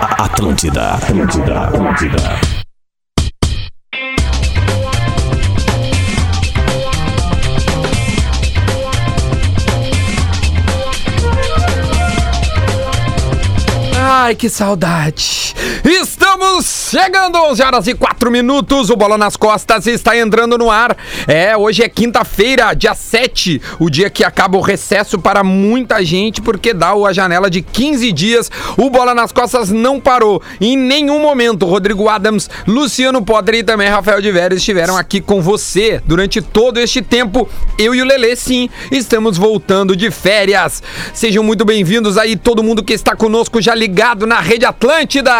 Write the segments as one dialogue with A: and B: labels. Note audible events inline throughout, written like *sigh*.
A: Atlântida, Atlântida, Atlântida.
B: Ai, que saudade. Estamos chegando 11 horas e 4 minutos. O Bola nas Costas está entrando no ar. É, hoje é quinta-feira, dia 7, o dia que acaba o recesso para muita gente, porque dá a janela de 15 dias. O Bola nas Costas não parou em nenhum momento. Rodrigo Adams, Luciano Podre e também Rafael de Vera estiveram aqui com você durante todo este tempo. Eu e o Lelê, sim, estamos voltando de férias. Sejam muito bem-vindos aí, todo mundo que está conosco já ligado na Rede Atlântida.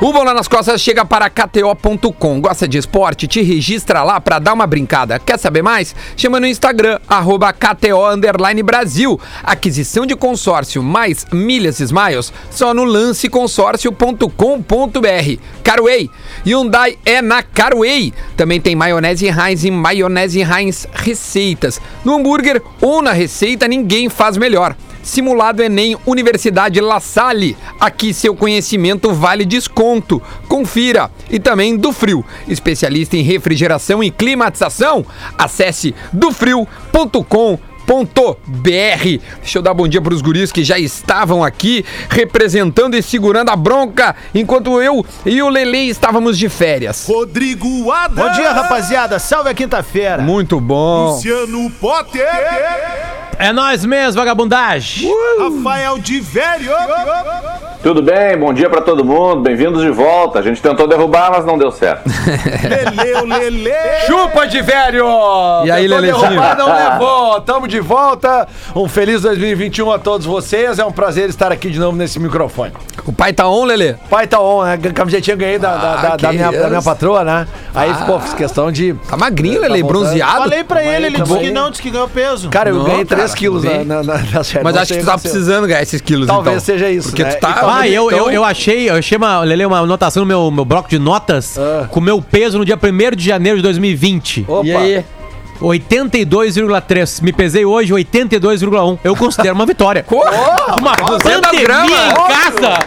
B: O Bola nas Costas chega para KTO.com. Gosta de esporte? Te registra lá para dar uma brincada. Quer saber mais? Chama no Instagram, arroba KTO Underline Brasil. Aquisição de consórcio mais milhas e smiles só no lanceconsórcio.com.br. Carway. Hyundai é na Carway. Também tem maionese Heinz e maionese Heinz receitas. No hambúrguer ou na receita, ninguém faz melhor. Simulado Enem Universidade La Salle. Aqui seu conhecimento vale desconto. Confira. E também do Frio, especialista em refrigeração e climatização. Acesse dofrio.com.br br. Deixa eu dar bom dia para os guris que já estavam aqui representando e segurando a bronca enquanto eu e o Lele estávamos de férias.
C: Rodrigo Adams.
D: Bom dia, rapaziada. Salve a quinta-feira.
B: Muito bom.
C: Luciano Potter.
E: É nós mesmo, vagabundagem.
C: Uh! Rafael de
F: *laughs*
C: Velho.
G: Tudo bem? Bom dia pra todo mundo. Bem-vindos de volta. A gente tentou derrubar, mas não deu certo. É
C: Leleu, Lele.
D: Chupa de velho!
B: E aí,
D: Tentou
B: Lelezinho?
D: derrubar,
G: *laughs*
D: Não levou. Tamo de volta. Um feliz 2021 a todos vocês. É um prazer estar aqui de novo nesse microfone.
B: O pai tá on, Lele?
D: Pai tá on, né? Camisetinha eu ganhei da, da-
B: Ah,
D: da- da
B: que
D: minha, da minha
B: isso.
D: patroa, né? Aí ficou questão de.
B: Tá magrinho, Lele,
D: voltando.
B: bronzeado. Tá
F: Falei pra ele, ele disse
D: também.
F: que não, disse que ganhou peso.
D: Cara, eu
B: Não,
D: ganhei
B: cara,
D: 3 quilos
B: tudo
D: na,
B: bem.
D: na, na, nas férias.
B: Mas
D: Não
B: acho
D: sei
B: que
D: o
B: tu tá
D: aconteceu.
B: precisando ganhar esses quilos,
D: Talvez
B: então.
D: seja isso,
B: Porque
D: né?
B: tu tá...
D: E
E: Ah,
D: talvez-
E: eu,
D: então-
E: eu, eu achei, eu achei uma, Lelê, uma anotação no meu, meu bloco de notas
D: Ah.
E: com meu peso no dia 1 de janeiro de 2020.
D: Opa.
B: E aí?
E: 82,3. Me pesei hoje 82,1. Eu considero uma vitória.
B: Porra!
E: uma
B: 200
E: pandemia
B: gramas.
E: em casa!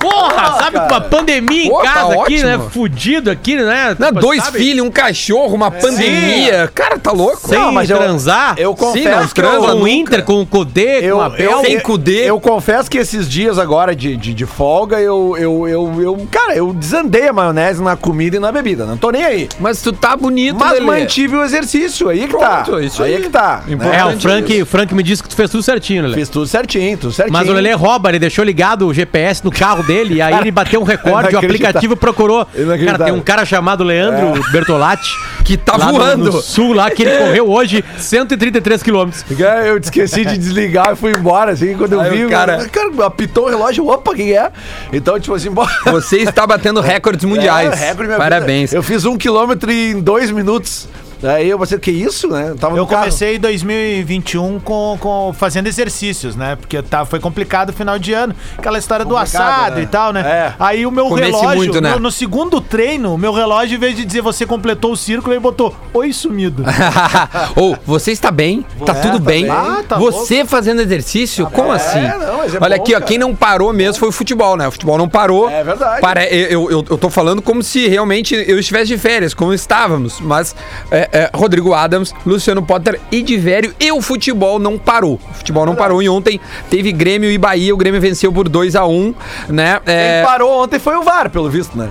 E: Porra, sabe
D: cara.
E: uma pandemia em
B: Pô, tá
E: casa aqui,
B: ótimo.
E: né? Fudido aqui, né?
B: Não,
E: Tipo,
B: dois
E: sabe?
B: filhos, um cachorro,
D: É.
B: uma pandemia. Cara, tá louco?
E: Sem
D: Não, mas eu-
E: transar.
D: eu confesso
B: que eu-
E: com o
B: nunca.
E: Inter, com o Codê, com
D: Eu,
E: a Bel.
D: eu,
B: Sem
D: eu-
B: cudê.
D: eu confesso que esses dias agora de, de, de folga, eu, eu, eu, eu- Cara, eu desandei a maionese na comida e na bebida. Não tô nem aí.
B: Mas tu tá bonito,
D: Mas
B: Lelê.
D: mantive o exercício. Aí que tá.
B: Pronto, isso aí.
D: que tá.
E: É,
D: Né?
E: o Frank, o Frank me disse que tu fez tudo certinho, Lelê.
D: Fiz tudo certinho, tudo certinho.
E: Mas o Lelê rouba, ele deixou ligado o GPS no carro dele, e aí ele
F: *laughs*
E: bateu um recorde, o
D: Inacreditável.
E: aplicativo procurou.
D: Inacreditável.
E: Cara, tem um cara chamado Leandro
F: É.
E: Bertolatti,
B: Que tá
E: lá no-
B: voando.
E: No, sul, lá que ele correu hoje 133 quilômetros.
D: Eu esqueci de desligar e fui embora, assim, quando eu
B: Aí
D: vi.
B: o cara-
D: cara, apitou o relógio, opa, quem é? Então, tipo assim, *laughs* bora.
B: Você está
D: *laughs*
B: batendo recordes mundiais.
D: É, recorde, minha
B: Parabéns.
D: vida. Eu fiz um quilômetro em dois minutos. Aí eu pensei, que isso, né? Eu tava
F: Eu
D: no carro.
F: comecei 2021 com, com- fazendo exercícios, né? Porque tá, foi complicado o final de ano. Aquela história do assado
D: né?
F: e tal, né?
D: É.
F: Aí o meu
B: Comece
F: relógio,
B: muito, né?
F: meu- no segundo treino, o meu relógio, em vez de dizer você completou o círculo, ele botou oi sumido.
B: *laughs* Ou você está bem? Tá tudo bem?
D: bem. Ah,
F: tá
B: você fazendo exercício? Como assim?
D: não, mas é
B: Olha
D: bom,
B: aqui, ó,
D: cara.
B: quem não parou mesmo foi o futebol, né? O futebol não parou.
D: É verdade.
B: Para, eu, eu, eu tô falando como se realmente eu estivesse de férias, como estávamos. Mas é, é, Rodrigo Adams, Luciano Potter e Divério e o futebol não parou. O futebol não parou. E ontem teve Grêmio e Bahia. O Grêmio venceu por 2 a 1 né? É,
D: Quem parou ontem foi o VAR, pelo visto, né?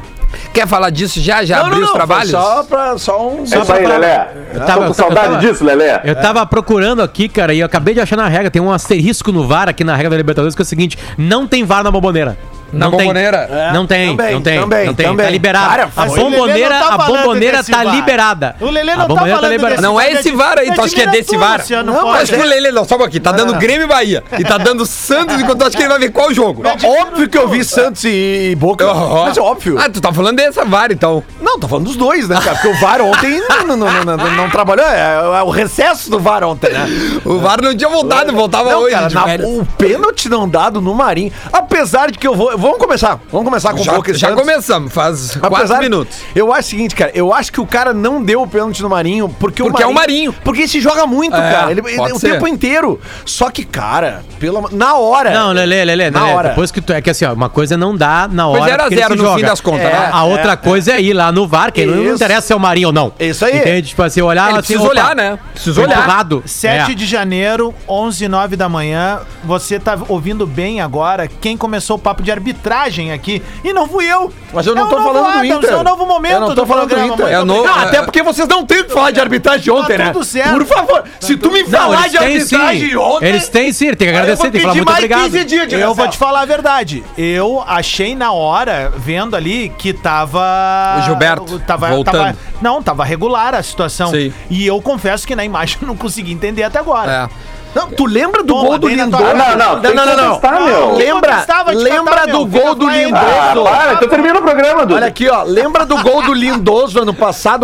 B: quer falar disso já? Já abriu os
D: foi
B: trabalhos?
D: Só, pra, só um.
G: É
D: Só
G: isso
D: pra...
G: aí, Lelé.
E: tava-
G: Tô
E: eu tava-
G: com saudade disso, Lelé.
F: É.
E: Eu tava procurando aqui, cara, e eu acabei de achar na regra, tem um asterisco no VAR aqui na regra da Libertadores, que é o seguinte, não tem VAR na bomboneira.
B: Na
E: tem.
B: Bombonera?
E: É. Não tem,
D: Também,
E: não tem,
D: também,
E: não tem.
D: também.
E: Tá liberado.
D: Cara,
E: a
F: mas o Lelê
E: bomboneira,
F: não tá
E: a
F: falando
E: bomboneira
F: desse
E: tá
F: VAR.
E: liberada.
F: O Lelê não
E: a
F: tá
E: bomboneira tá
F: falando
E: liberada.
F: desse
B: Não é
F: Você
B: esse
F: tá
B: VAR aí,
F: de-
B: tu acha que é desse
F: admiração,
B: VAR?
F: Luciano,
B: Não,
F: pode.
B: acho que o Lele, não, só aqui, tá dando Grêmio e Bahia. E tá dando Santos enquanto tu acha que ele vai ver qual jogo.
D: Óbvio que eu vi Santos e Boca.
B: Aham.
D: Mas é óbvio.
B: Ah, tu tá falando dessa VAR, então.
D: Não, tô falando dos dois, né, cara? Porque o VAR ontem não, não, não, não- não- não trabalhou. É, é o recesso do VAR ontem, né?
B: O VAR não tinha voltado, voltava
D: Não,
B: hoje.
D: cara,
B: de
D: na-
B: férias.
D: o pênalti não dado no Marinho. Apesar de que eu vou, eu vamos começar. Vamos começar com
B: Já,
D: o Boca
B: já
D: Santos.
B: começamos, faz
D: Apesar-
B: quatro minutos.
D: Eu acho o seguinte, cara. Eu acho que o cara não deu o pênalti no Marinho porque,
B: Porque é o Marinho.
D: Porque ele se joga muito,
B: É,
D: cara. Ele, ele-
B: pode
D: o
B: ser.
D: tempo inteiro. Só que, cara, pela, na hora.
E: Não, Lelê, Lelê,
D: É, Na
E: Lelê,
D: hora.
E: depois que tu. É que assim, ó, uma coisa não dá na hora.
B: Foi 0 a
E: porque ele
B: 0
E: se
B: no
E: joga.
B: fim das contas,
E: É,
B: né?
E: a outra coisa é ir lá no VAR, que não
D: Isso.
E: interessa se é o Marinho ou não.
D: Isso aí.
E: Entende? Tipo assim, olhar
B: Ele
E: assim,
B: precisa
E: opa,
B: olhar, né? Precisa
E: foi
B: olhar.
E: empurrado.
F: 7
E: É.
F: de janeiro, 11 e 9 da manhã. Você tá ouvindo bem agora quem começou o papo de arbitragem aqui. E não fui eu.
D: Mas eu não
F: É o
D: tô
F: novo
D: falando do
F: Adams,
D: Inter.
F: É o novo momento
D: Eu não tô falando do Inter.
F: muito
B: É o novo-
F: obrigado.
D: Não, até porque vocês não têm o que falar de arbitragem de ontem, né?
F: Tá tudo certo. Tá
D: Por favor, se tu me
E: Não,
D: falar
E: eles
D: de
E: têm
D: arbitragem
E: sim.
D: ontem.
E: Eles têm sim, ele tem que
D: eu vou
E: agradecer, tem que falar
D: pedir
E: muito
D: mais
E: obrigado.
D: 15 dias de
F: Eu vou te
D: falar.
F: falar a verdade. Eu achei na hora, vendo ali, que tava.
B: O Gilberto,
F: Tava,
B: voltando.
F: tava- não, tava regular a situação.
B: Sim.
F: E eu confesso que na imagem *laughs* eu não consegui entender até agora.
B: É.
D: Não, tu lembra do
F: Toma,
D: gol do
F: bem na tua
D: Lindoso?
G: cara. Não, não, tem
D: tá- Ah, não,
G: que
D: não,
G: contestar, meu.
D: Lembra,
F: Contestava, te
D: lembra
F: catar,
D: do
F: meu.
D: gol
F: Fica
D: do
F: pra ele.
G: Ah,
D: Lindoso?
G: para, então termina o programa, Dudu.
D: Olha aqui, ó. Lembra do gol do Lindoso ano passado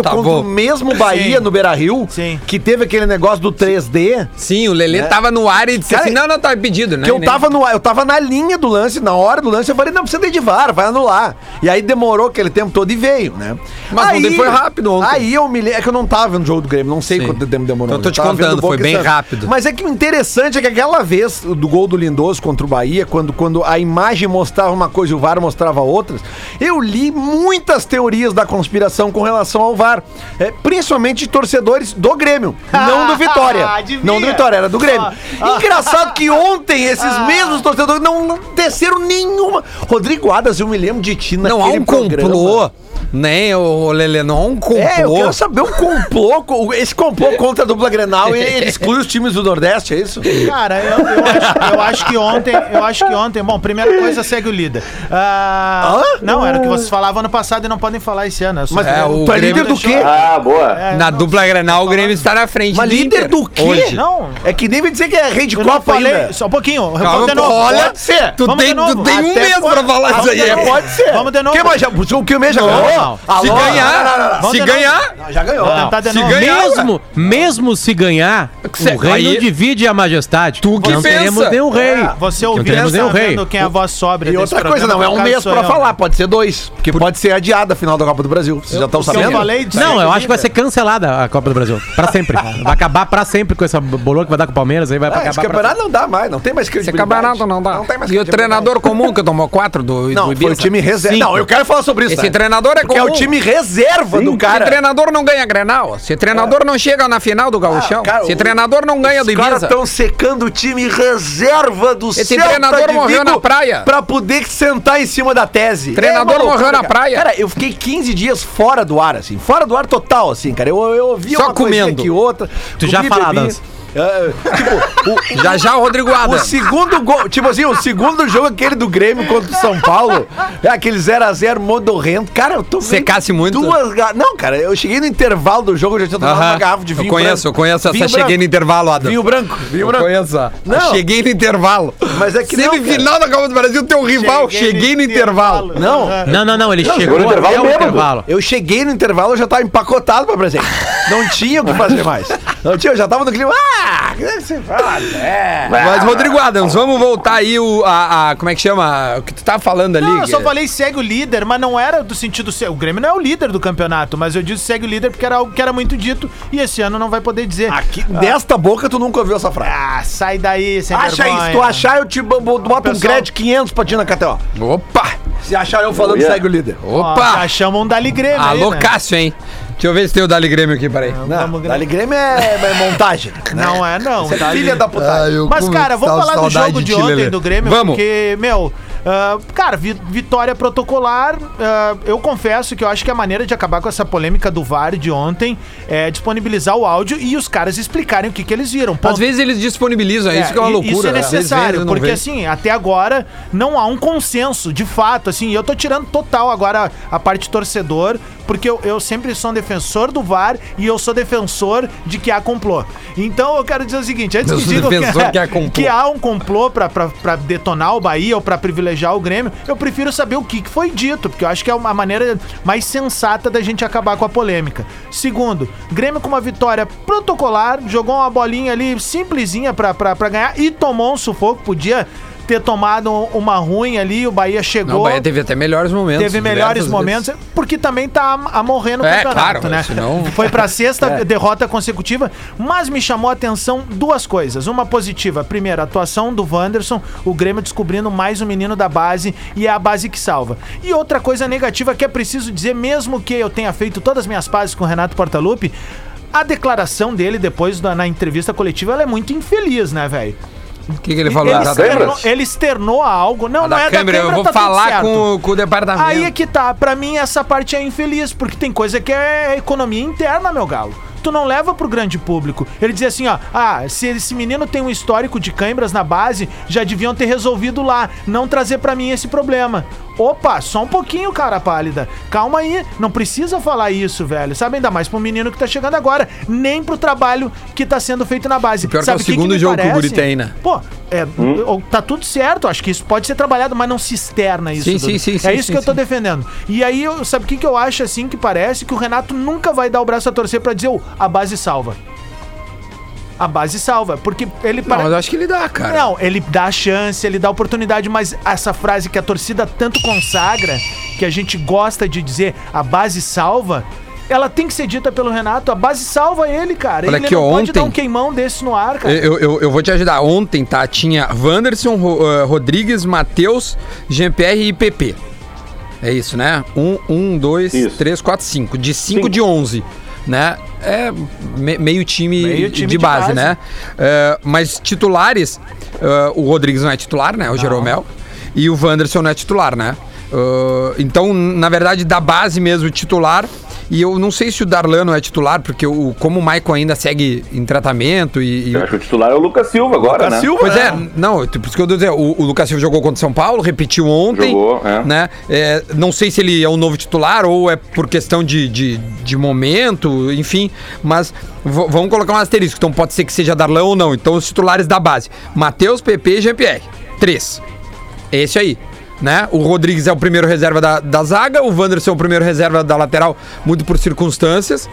B: *laughs* Tá
D: contra
B: bom.
D: o mesmo Bahia
F: Sim.
D: no Beira Rio?
F: Sim.
D: Que teve aquele negócio do 3D.
B: Sim, o Lelê tava no ar e disse
D: É. Cara,
B: assim: não, não, tá pedido, né?
D: Que eu tava no eu tava na linha do lance, na hora do lance, eu falei, não precisa ir de VAR, vai anular. E aí demorou aquele tempo todo e veio, né?
B: Mas ontem foi rápido ontem.
D: Aí eu me lembro, é que eu não tava no jogo do Grêmio, não sei
B: Sim.
D: quanto tempo demorou.
B: Então eu tô
D: Eu
B: te
D: tava
B: contando,
D: vendo o
B: foi
D: Boca e
B: bem
D: Santos.
B: rápido.
D: Mas é que o interessante é que aquela vez do gol do Lindoso contra o Bahia, quando, quando a imagem mostrava uma coisa e o VAR mostrava outras, eu li muitas teorias da conspiração com relação ao VAR. É, principalmente de torcedores do Grêmio, não do Vitória.
F: Adivinha.
D: não do Vitória, era do Grêmio. Engraçado que ontem esses mesmos torcedores não, não desceram nenhuma. Rodrigo Adas, eu me lembro de ti naquele
B: Não há um
D: programa.
B: complô, né, ô Lelê? Não há um complô.
D: É, eu quero saber um complô. co- Esse complô contra a dupla Grenal,
B: *laughs*
D: ele ele exclui os times do Nordeste, é isso?
F: Cara, eu, eu acho, eu acho que ontem, eu acho que ontem, bom, primeira coisa segue o líder. Ah,
D: Hã?
F: Não, era o que vocês falavam ano passado e não podem falar esse ano. Mas
B: É, o
D: tu é
B: Grêmio
D: líder do quê?
G: Ah, boa.
B: Na dupla Grenal, o Grêmio está na frente.
D: Mas líder do quê?
B: Hoje.
F: Não.
D: É que nem me dizer que é rei de
F: Eu não
D: Copa
F: falei,
D: ainda.
F: só um pouquinho.
B: Calma,
F: vamos de
B: pô,
F: novo.
B: olha,
D: Pode ser.
B: tu
F: Vamos
B: tem,
F: de
B: tu
F: novo.
B: tem um
D: Até
B: mês
D: pode-
B: pra falar isso
F: Vamos
B: aí.
F: de novo.
B: é.
D: Pode ser.
F: Vamos de novo.
D: Quem mais já, o que mesmo já ganhou?
B: Se
D: Alô?
B: ganhar,
D: Não, não, não, não.
F: Vamos
B: se
F: de novo.
B: ganhar,
D: Já ganhou.
F: Vou tentar de
B: Se
F: novo.
B: ganhar-
E: Mesmo, mesmo se ganhar,
B: Cê-
E: o rei
B: aí-
E: não divide a majestade.
B: Tu que
E: não
B: pensa.
E: teremos nenhum rei.
D: É,
F: Você
E: Não
F: ouviu
E: teremos nenhum rei.
F: sabendo quem é a voz sobra
D: E
F: desse
D: outra coisa,
F: programa, tá
D: não, é
F: no
D: um
F: caso
D: mês
F: sou
D: pra
F: eu.
D: falar, pode ser dois. Porque pode ser adiada a final da Copa do Brasil. Vocês já estão
F: Se eu
D: sabendo? É,
F: falei disso.
E: Não, eu acho que vai ser cancelada a Copa do Brasil. Pra sempre. Vai acabar pra sempre com essa bolona que vai dar com o Palmeiras. Aí vai
D: Ah, esse
E: acabar pra
D: campeonato não dá mais, não tem mais
B: Esse é
D: credibilidade.
B: campeonato não dá.
D: Não tem mais
B: e o
D: credibilidade.
B: treinador comum que tomou quatro do,
D: Não,
B: do
D: foi o time reserva.
B: Cinco.
D: Não, eu quero falar sobre isso.
B: Esse
D: né?
B: treinador é
D: Porque é o
B: comum.
D: time reserva do
B: Se
D: cara.
B: treinador não ganha Grenal, se treinador não chega na final do Gauchão,
D: Ah, cara,
B: se
D: o-
B: treinador não ganha do
D: Os caras
B: Ibiza,
D: estão secando o time reserva do
B: Esse treinador morreu na praia.
D: Pra poder sentar em cima da tese. É
B: Treinador
D: uma
B: morreu na
D: cara.
B: praia.
D: Cara, eu fiquei 15 dias fora do ar, assim. Fora do ar total, assim, cara. Eu, eu ouvi
B: Só
D: coisinha
B: comendo.
D: que outra.
E: Tu já
D: comi,
E: fala,
D: bebi.
E: Dança.
D: Ah, tipo, o,
B: já já o Rodrigo
D: O
B: Adam.
D: segundo gol, tipo assim, o segundo jogo aquele do Grêmio contra o São Paulo, é aquele 0x0 modorrento. Cara, eu tô vendo
B: Secasse muito?
D: Duas ga- Não, cara, eu cheguei no intervalo do jogo, eu já tinha tomado
B: Aham.
D: uma é garrafa de vinho
B: eu conheço, eu
D: branco.
B: conheço essa
D: Vinho
B: cheguei no
D: branco.
B: intervalo, Adam.
D: Vinho branco, vinho
B: Eu
D: branco.
B: conheço. a-
D: Não.
B: Cheguei no intervalo.
D: Mas é que não,
B: Semifinal da Copa do Brasil, teu rival, cheguei, no intervalo.
D: Não.
E: sempre. Não, não, não. Ele chegou
G: segura o intervalo
E: até o
G: bêbado.
E: intervalo.
D: Eu cheguei no intervalo, eu já tava empacotado pra presente. Não tinha o que fazer mais. Não tinha, eu já tava no clima. Ah, que deve ser fala, é.
B: Mas, Rodrigo Adams, vamos voltar aí o, a, a- Como é que chama? O que tu tá falando ali?
F: Não, eu só
B: que-
F: falei segue o líder, mas não era do sentido. se- O Grêmio não é o líder do campeonato, mas eu disse segue o líder porque era algo que era muito dito e esse ano não vai poder dizer.
D: Aqui, desta boca tu nunca ouviu essa frase.
F: Ah, sai daí, sem
D: Acha
F: vergonha.
D: isso, tu achar, eu te bo- bo- boto um
F: Pessoal-
D: crédito 500 pra ti na KTO.
B: Opa!
D: Se achar eu falando,
G: Oh, yeah.
D: segue o líder.
F: Ó,
B: Opa!
F: já chamam um Dali Grêmio. aí,
B: Alô,
F: né?
B: Cássio, hein? Deixa eu ver se tem o Dali Grêmio aqui, peraí.
D: Não, Dali Grêmio é, é montagem. né?
F: Não é, não.
D: Você é filha da puta.
F: Mas, cara, vamos falar do jogo de ontem do Grêmio,
B: Vamos.
F: porque, meu, ah, cara, vi- vitória protocolar. ah, eu confesso que eu acho que a maneira de acabar com essa polêmica do VAR de ontem é disponibilizar o áudio e os caras explicarem o que, que eles viram. Ponto.
B: Às vezes eles disponibilizam, isso que é uma
F: e-
B: loucura.
F: Isso é
B: Às vezes vem, às
F: necessário,
B: vezes não
F: porque
B: vem.
F: assim, até agora não há um consenso, de fato, assim, e eu tô tirando total agora a parte torcedor, porque eu, eu sempre sou um defensor do VAR e eu sou defensor de que há complô. Então eu quero dizer o seguinte, antes
B: Eu
F: que
B: sou
F: digam
B: defensor
F: *laughs* que,
B: que há complô.
F: que há um complô pra, pra, pra detonar o Bahia ou pra privilegiar o Grêmio, eu prefiro saber o que, que foi dito, porque eu acho que é uma maneira mais sensata da gente acabar com a polêmica. Segundo, Grêmio com uma vitória protocolar, jogou uma bolinha ali simplesinha pra, pra, pra ganhar e tomou um sufoco, podia ter tomado uma ruim ali, o Bahia chegou.
B: Não, o Bahia teve até melhores momentos.
F: Teve melhores
B: diversas
F: momentos,
B: vezes.
F: porque também tá am- amorrendo o
B: né? É,
F: campeonato,
B: claro,
F: né?
B: senão- É.
F: Foi pra sexta
B: *laughs*
F: derrota consecutiva, mas me chamou a atenção duas coisas. Uma positiva, primeiro, a atuação do Wanderson, o Grêmio descobrindo mais um menino da base e é a base que salva. E outra coisa negativa que é preciso dizer, mesmo que eu tenha feito todas as minhas pazes com o Renato Portaluppi, a declaração dele depois da- na entrevista coletiva, ela é muito infeliz, né, velho?
B: O que, que ele falou?
F: ele,
B: Tá-
F: externou, ele externou algo. Não,
B: Ah,
F: não
B: da
F: é
B: câmera,
F: da câmera,
B: eu vou
F: tá tudo
B: falar
F: certo.
B: com, o- com o departamento.
F: Aí é que tá, pra mim essa parte é infeliz, porque tem coisa que é economia interna, meu galo. Tu não leva pro grande público. Ele dizia assim, ó, ah, se esse menino tem um histórico de câimbras na base, já deviam ter resolvido lá, não trazer pra mim esse problema. Opa, só um pouquinho, cara pálida. Calma aí, não precisa falar isso, velho. Sabe ainda mais pro menino que tá chegando agora, nem pro trabalho que tá sendo feito na base.
B: E pior que é
F: Sabe
B: o
F: o que
B: segundo
F: me
B: jogo que o
F: parece?
B: guri tem, né?
F: Pô, é, ou- tá tudo certo, acho que isso pode ser trabalhado, mas não se externa isso.
B: Sim,
F: Dudu.
B: sim, sim,
F: É
B: sim,
F: isso
B: sim,
F: que eu tô
B: sim.
F: defendendo. E aí, eu- sabe o que, que eu acho assim que parece? Que o Renato nunca vai dar o braço a torcer pra dizer, "Ô, a base salva. A base salva. Porque ele
B: Não, mas
F: parece.
B: eu acho que ele dá, cara.
F: Não, ele dá a chance, ele dá a oportunidade, mas essa frase que a torcida tanto consagra, que a gente gosta de dizer, a base salva, ela tem que ser dita pelo Renato. A base salva ele, cara.
B: Olha
F: ele
B: que
F: não pode dar um
B: ontem-
F: queimão desse no ar, cara.
B: Eu, eu, eu vou te ajudar. Ontem, tá? Tinha Wanderson, Ro- eh, Rodrigues, Matheus, Jean-Pierre e PP. É isso, né? Um, um dois,
G: Isso.
B: três, quatro, cinco. De cinco de onze, né? É me- meio, time
F: Meio
B: de,
F: time de
B: base,
F: base.
B: né? Eh, mas titulares, eh, o Rodrigues não é titular, né? O Jeromel. E o Wanderson não é titular, né? Eh, então, na verdade, da base mesmo, titular. E eu não sei se o Darlan não é titular, porque o, como o Maicon ainda segue em tratamento e- e
G: Eu acho que o titular é o Lucas Silva agora, né?
B: Pois é, não, por isso que eu tô dizendo, o, o Lucas Silva jogou contra o São Paulo, repetiu ontem.
G: Jogou, é.
B: né? É, não sei se ele é um novo titular ou é por questão de, de, de momento, enfim, mas v- vamos colocar um asterisco, então pode ser que seja Darlan ou não. Então os titulares da base, Matheus, PP e GPR, três. É esse aí. Né? O Rodrigues é o primeiro reserva da, da zaga, o Wanderson é o primeiro reserva da lateral, muito por circunstâncias.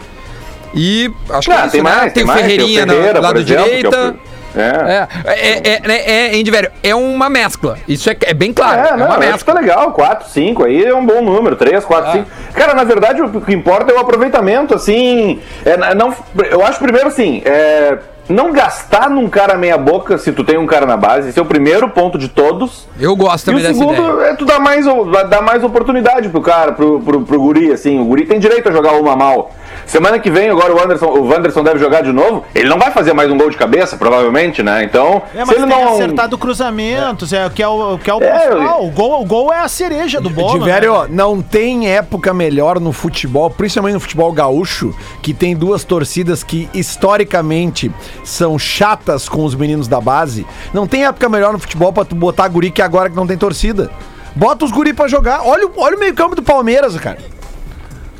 B: E acho que
G: Ah,
B: é isso,
G: tem
B: né?
G: mais,
B: tem,
G: tem
B: o
G: mais, tem o
B: Ferreirinha na-
G: Ferreira,
B: do
G: por
B: lado
G: exemplo, que é o
B: direita.
G: pr- é.
B: É, é, é, né, é, hein, de velho, é uma mescla. Isso é, é bem claro. É,
G: É,
B: uma
G: não, eu acho que
B: mescla. Ah.
G: tá legal. 4, 5 aí é um bom número. 3, 4, 5. Cara, na verdade, o que importa é o aproveitamento, assim. é, na- não, eu acho primeiro assim. é, não gastar num cara meia boca se tu tem um cara na base, esse é o primeiro ponto de todos.
B: Eu gosto também
G: e o
B: dessa ideia.
G: segundo é tu dar mais, dar mais oportunidade pro cara, pro, pro, pro guri, assim. O guri tem direito a jogar uma mal. Semana que vem, agora o Anderson, o Wanderson deve jogar de novo. Ele não vai fazer mais um gol de cabeça, provavelmente, né? Então,
F: É,
G: se
F: mas
G: ele
F: tem
G: não.
F: acertado cruzamentos, é, o que é o, que é o
G: É,
F: principal. O gol, o gol é a cereja do bolo.
D: Diverio,
F: né?
D: não tem época melhor no futebol, principalmente no futebol gaúcho, que tem duas torcidas que historicamente são chatas com os meninos da base. Não tem época melhor no futebol pra tu botar guri que agora que não tem torcida. Bota os guri pra jogar. Olha, o- olha o meio-campo do Palmeiras, cara.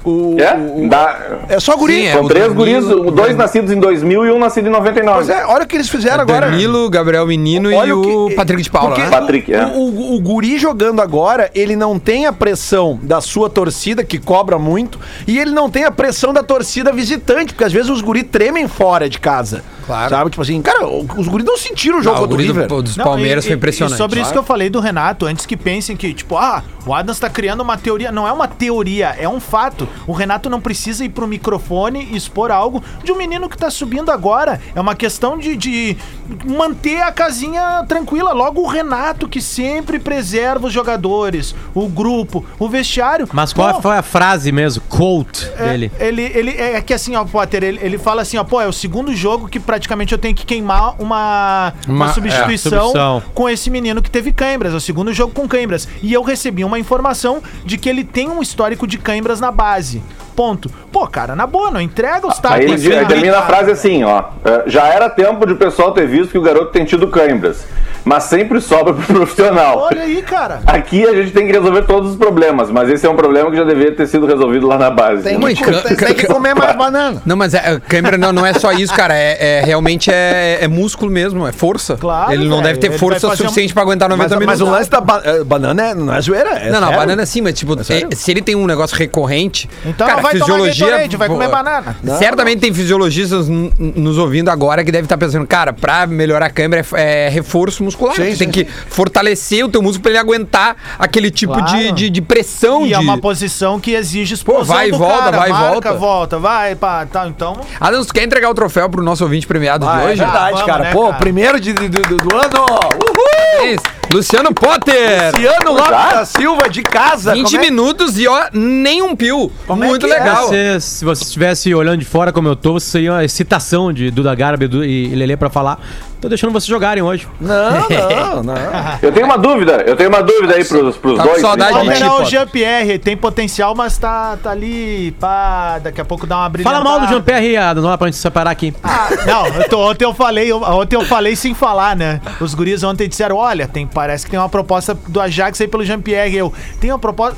D: O,
G: É? Dá,
D: é só guri.
B: Sim, é.
G: São
B: o
G: três
B: Danilo,
G: guris, o- dois
B: o-
G: nascidos em 2000 e um nascido em 99.
D: Pois é, olha o que eles fizeram agora.
B: Danilo, Gabriel Menino e
D: Olha
B: o
D: que-
B: Patrick de Paula.
D: porque
B: né?
G: Patrick, é.
D: o, o- o guri jogando agora, ele não tem a pressão da sua torcida, que cobra muito, e ele não tem a pressão da torcida visitante, porque às vezes os guri tremem fora de casa.
B: Claro.
D: Sabe? Tipo assim, cara, o- os guri não sentiram o jogo
B: Ah, o
D: contra o
B: guri
D: River.
B: do, dos
F: Não,
B: Palmeiras
F: e-
B: foi
F: e-
B: impressionante.
F: E sobre isso que eu falei do Renato, antes que pensem que, tipo, ah, o Adams tá criando uma teoria. Não é uma teoria, é um fato. O Renato não precisa ir pro microfone e expor algo de um menino que tá subindo agora. É uma questão de, de manter a casinha tranquila. Logo o Renato, que sempre preserva os jogadores, o grupo, o vestiário.
E: Mas qual
F: Pô,
E: foi a frase mesmo, quote
F: é,
E: dele?
F: Ele, ele, é que assim, ó, Potter, ele, ele fala assim, ó, pô, é o segundo jogo que praticamente eu tenho que queimar uma, uma,
B: Uma- é,
F: substituição,
E: substituição.
F: com esse menino que teve câimbras, é o segundo jogo com câimbras. E eu recebi uma informação de que ele tem um histórico de câimbras na base. Ponto. Pô, cara, na boa, não entrega os
G: Ah, Aí
F: tapas.
G: ele,
F: cara.
G: ele termina a frase assim, ó. "É, Já era tempo de o pessoal ter visto que o garoto tem tido câimbras, mas sempre sobra pro profissional.
F: Olha aí, cara.
G: Aqui a gente tem que resolver todos os problemas, mas esse é um problema que já deveria ter sido resolvido lá na base.
D: Tem
B: Ah, Mãe,
D: que, co-
B: ca-
D: tem
B: *laughs*
D: que comer mais banana.
B: Não, mas é, é, câmera não, não é só isso, cara. É, é- realmente é, é músculo mesmo, é força.
F: Claro,
B: Ele não
F: velho,
B: deve ter
F: ele
B: força
F: vai fazer um-
B: suficiente pra aguentar 90
D: Mas,
B: minutos.
D: mas o lance da ba- eh, banana é- não é zoeira. é
B: não, não,
D: sério.
B: banana sim, mas tipo,
D: sério?
B: é- se ele tem um negócio recorrente.
F: Então não vai tomar Gatorade, vai comer
B: pô,
F: banana. Não,
B: certamente tem tá fisiologistas n- n- nos ouvindo agora que devem estar pensando, cara, pra melhorar a câmera é f- é, reforço muscular.
D: Sim,
B: tu tem
D: sim,
B: que fortalecer o teu músculo pra ele aguentar aquele tipo
F: Claro.
B: de, de, de pressão.
F: E
B: de...
F: é uma posição que exige explosão
B: vai e
F: do
B: volta,
F: cara,
B: vai e
F: marca,
B: volta.
F: volta, vai, pá, tá, então...
B: Adams, tu quer entregar o troféu pro nosso ouvinte premiado
D: Ah,
B: de
D: é
B: hoje?
D: verdade,
F: Vamos,
D: cara.
F: né,
D: Pô,
F: cara?
D: primeiro de, de- do- do ano. Uhul!
B: Parabéns, É Luciano Potter!
D: Luciano Lopes da Silva de casa.
B: 20
D: como é-
B: minutos e ó, nem um pio.
D: Como é
B: Muito
D: que é?
B: legal.
E: Você- se você estivesse olhando de fora como eu tô, você seria uma excitação de Duda Garbi Edu e Lelê pra falar. Tô deixando vocês jogarem hoje.
D: Não, não, não.
G: Eu tenho uma dúvida, eu tenho uma dúvida aí pros, pros
B: Tá com
G: dois.
B: saudade de
F: Vamos
G: principalmente.
B: ti.
F: pegar o
B: Potter.
F: Jean-Pierre, tem potencial, mas tá, tá ali, pá, daqui a pouco dá uma brilha.
E: Fala mal do Jean-Pierre, Adam, lá pra gente se separar aqui.
F: Ah, não, eu tô- ontem eu falei, eu- ontem eu falei sem falar, né? Os guris ontem disseram: olha, tem, parece que tem uma proposta do Ajax aí pelo Jean-Pierre. Eu tenho uma proposta.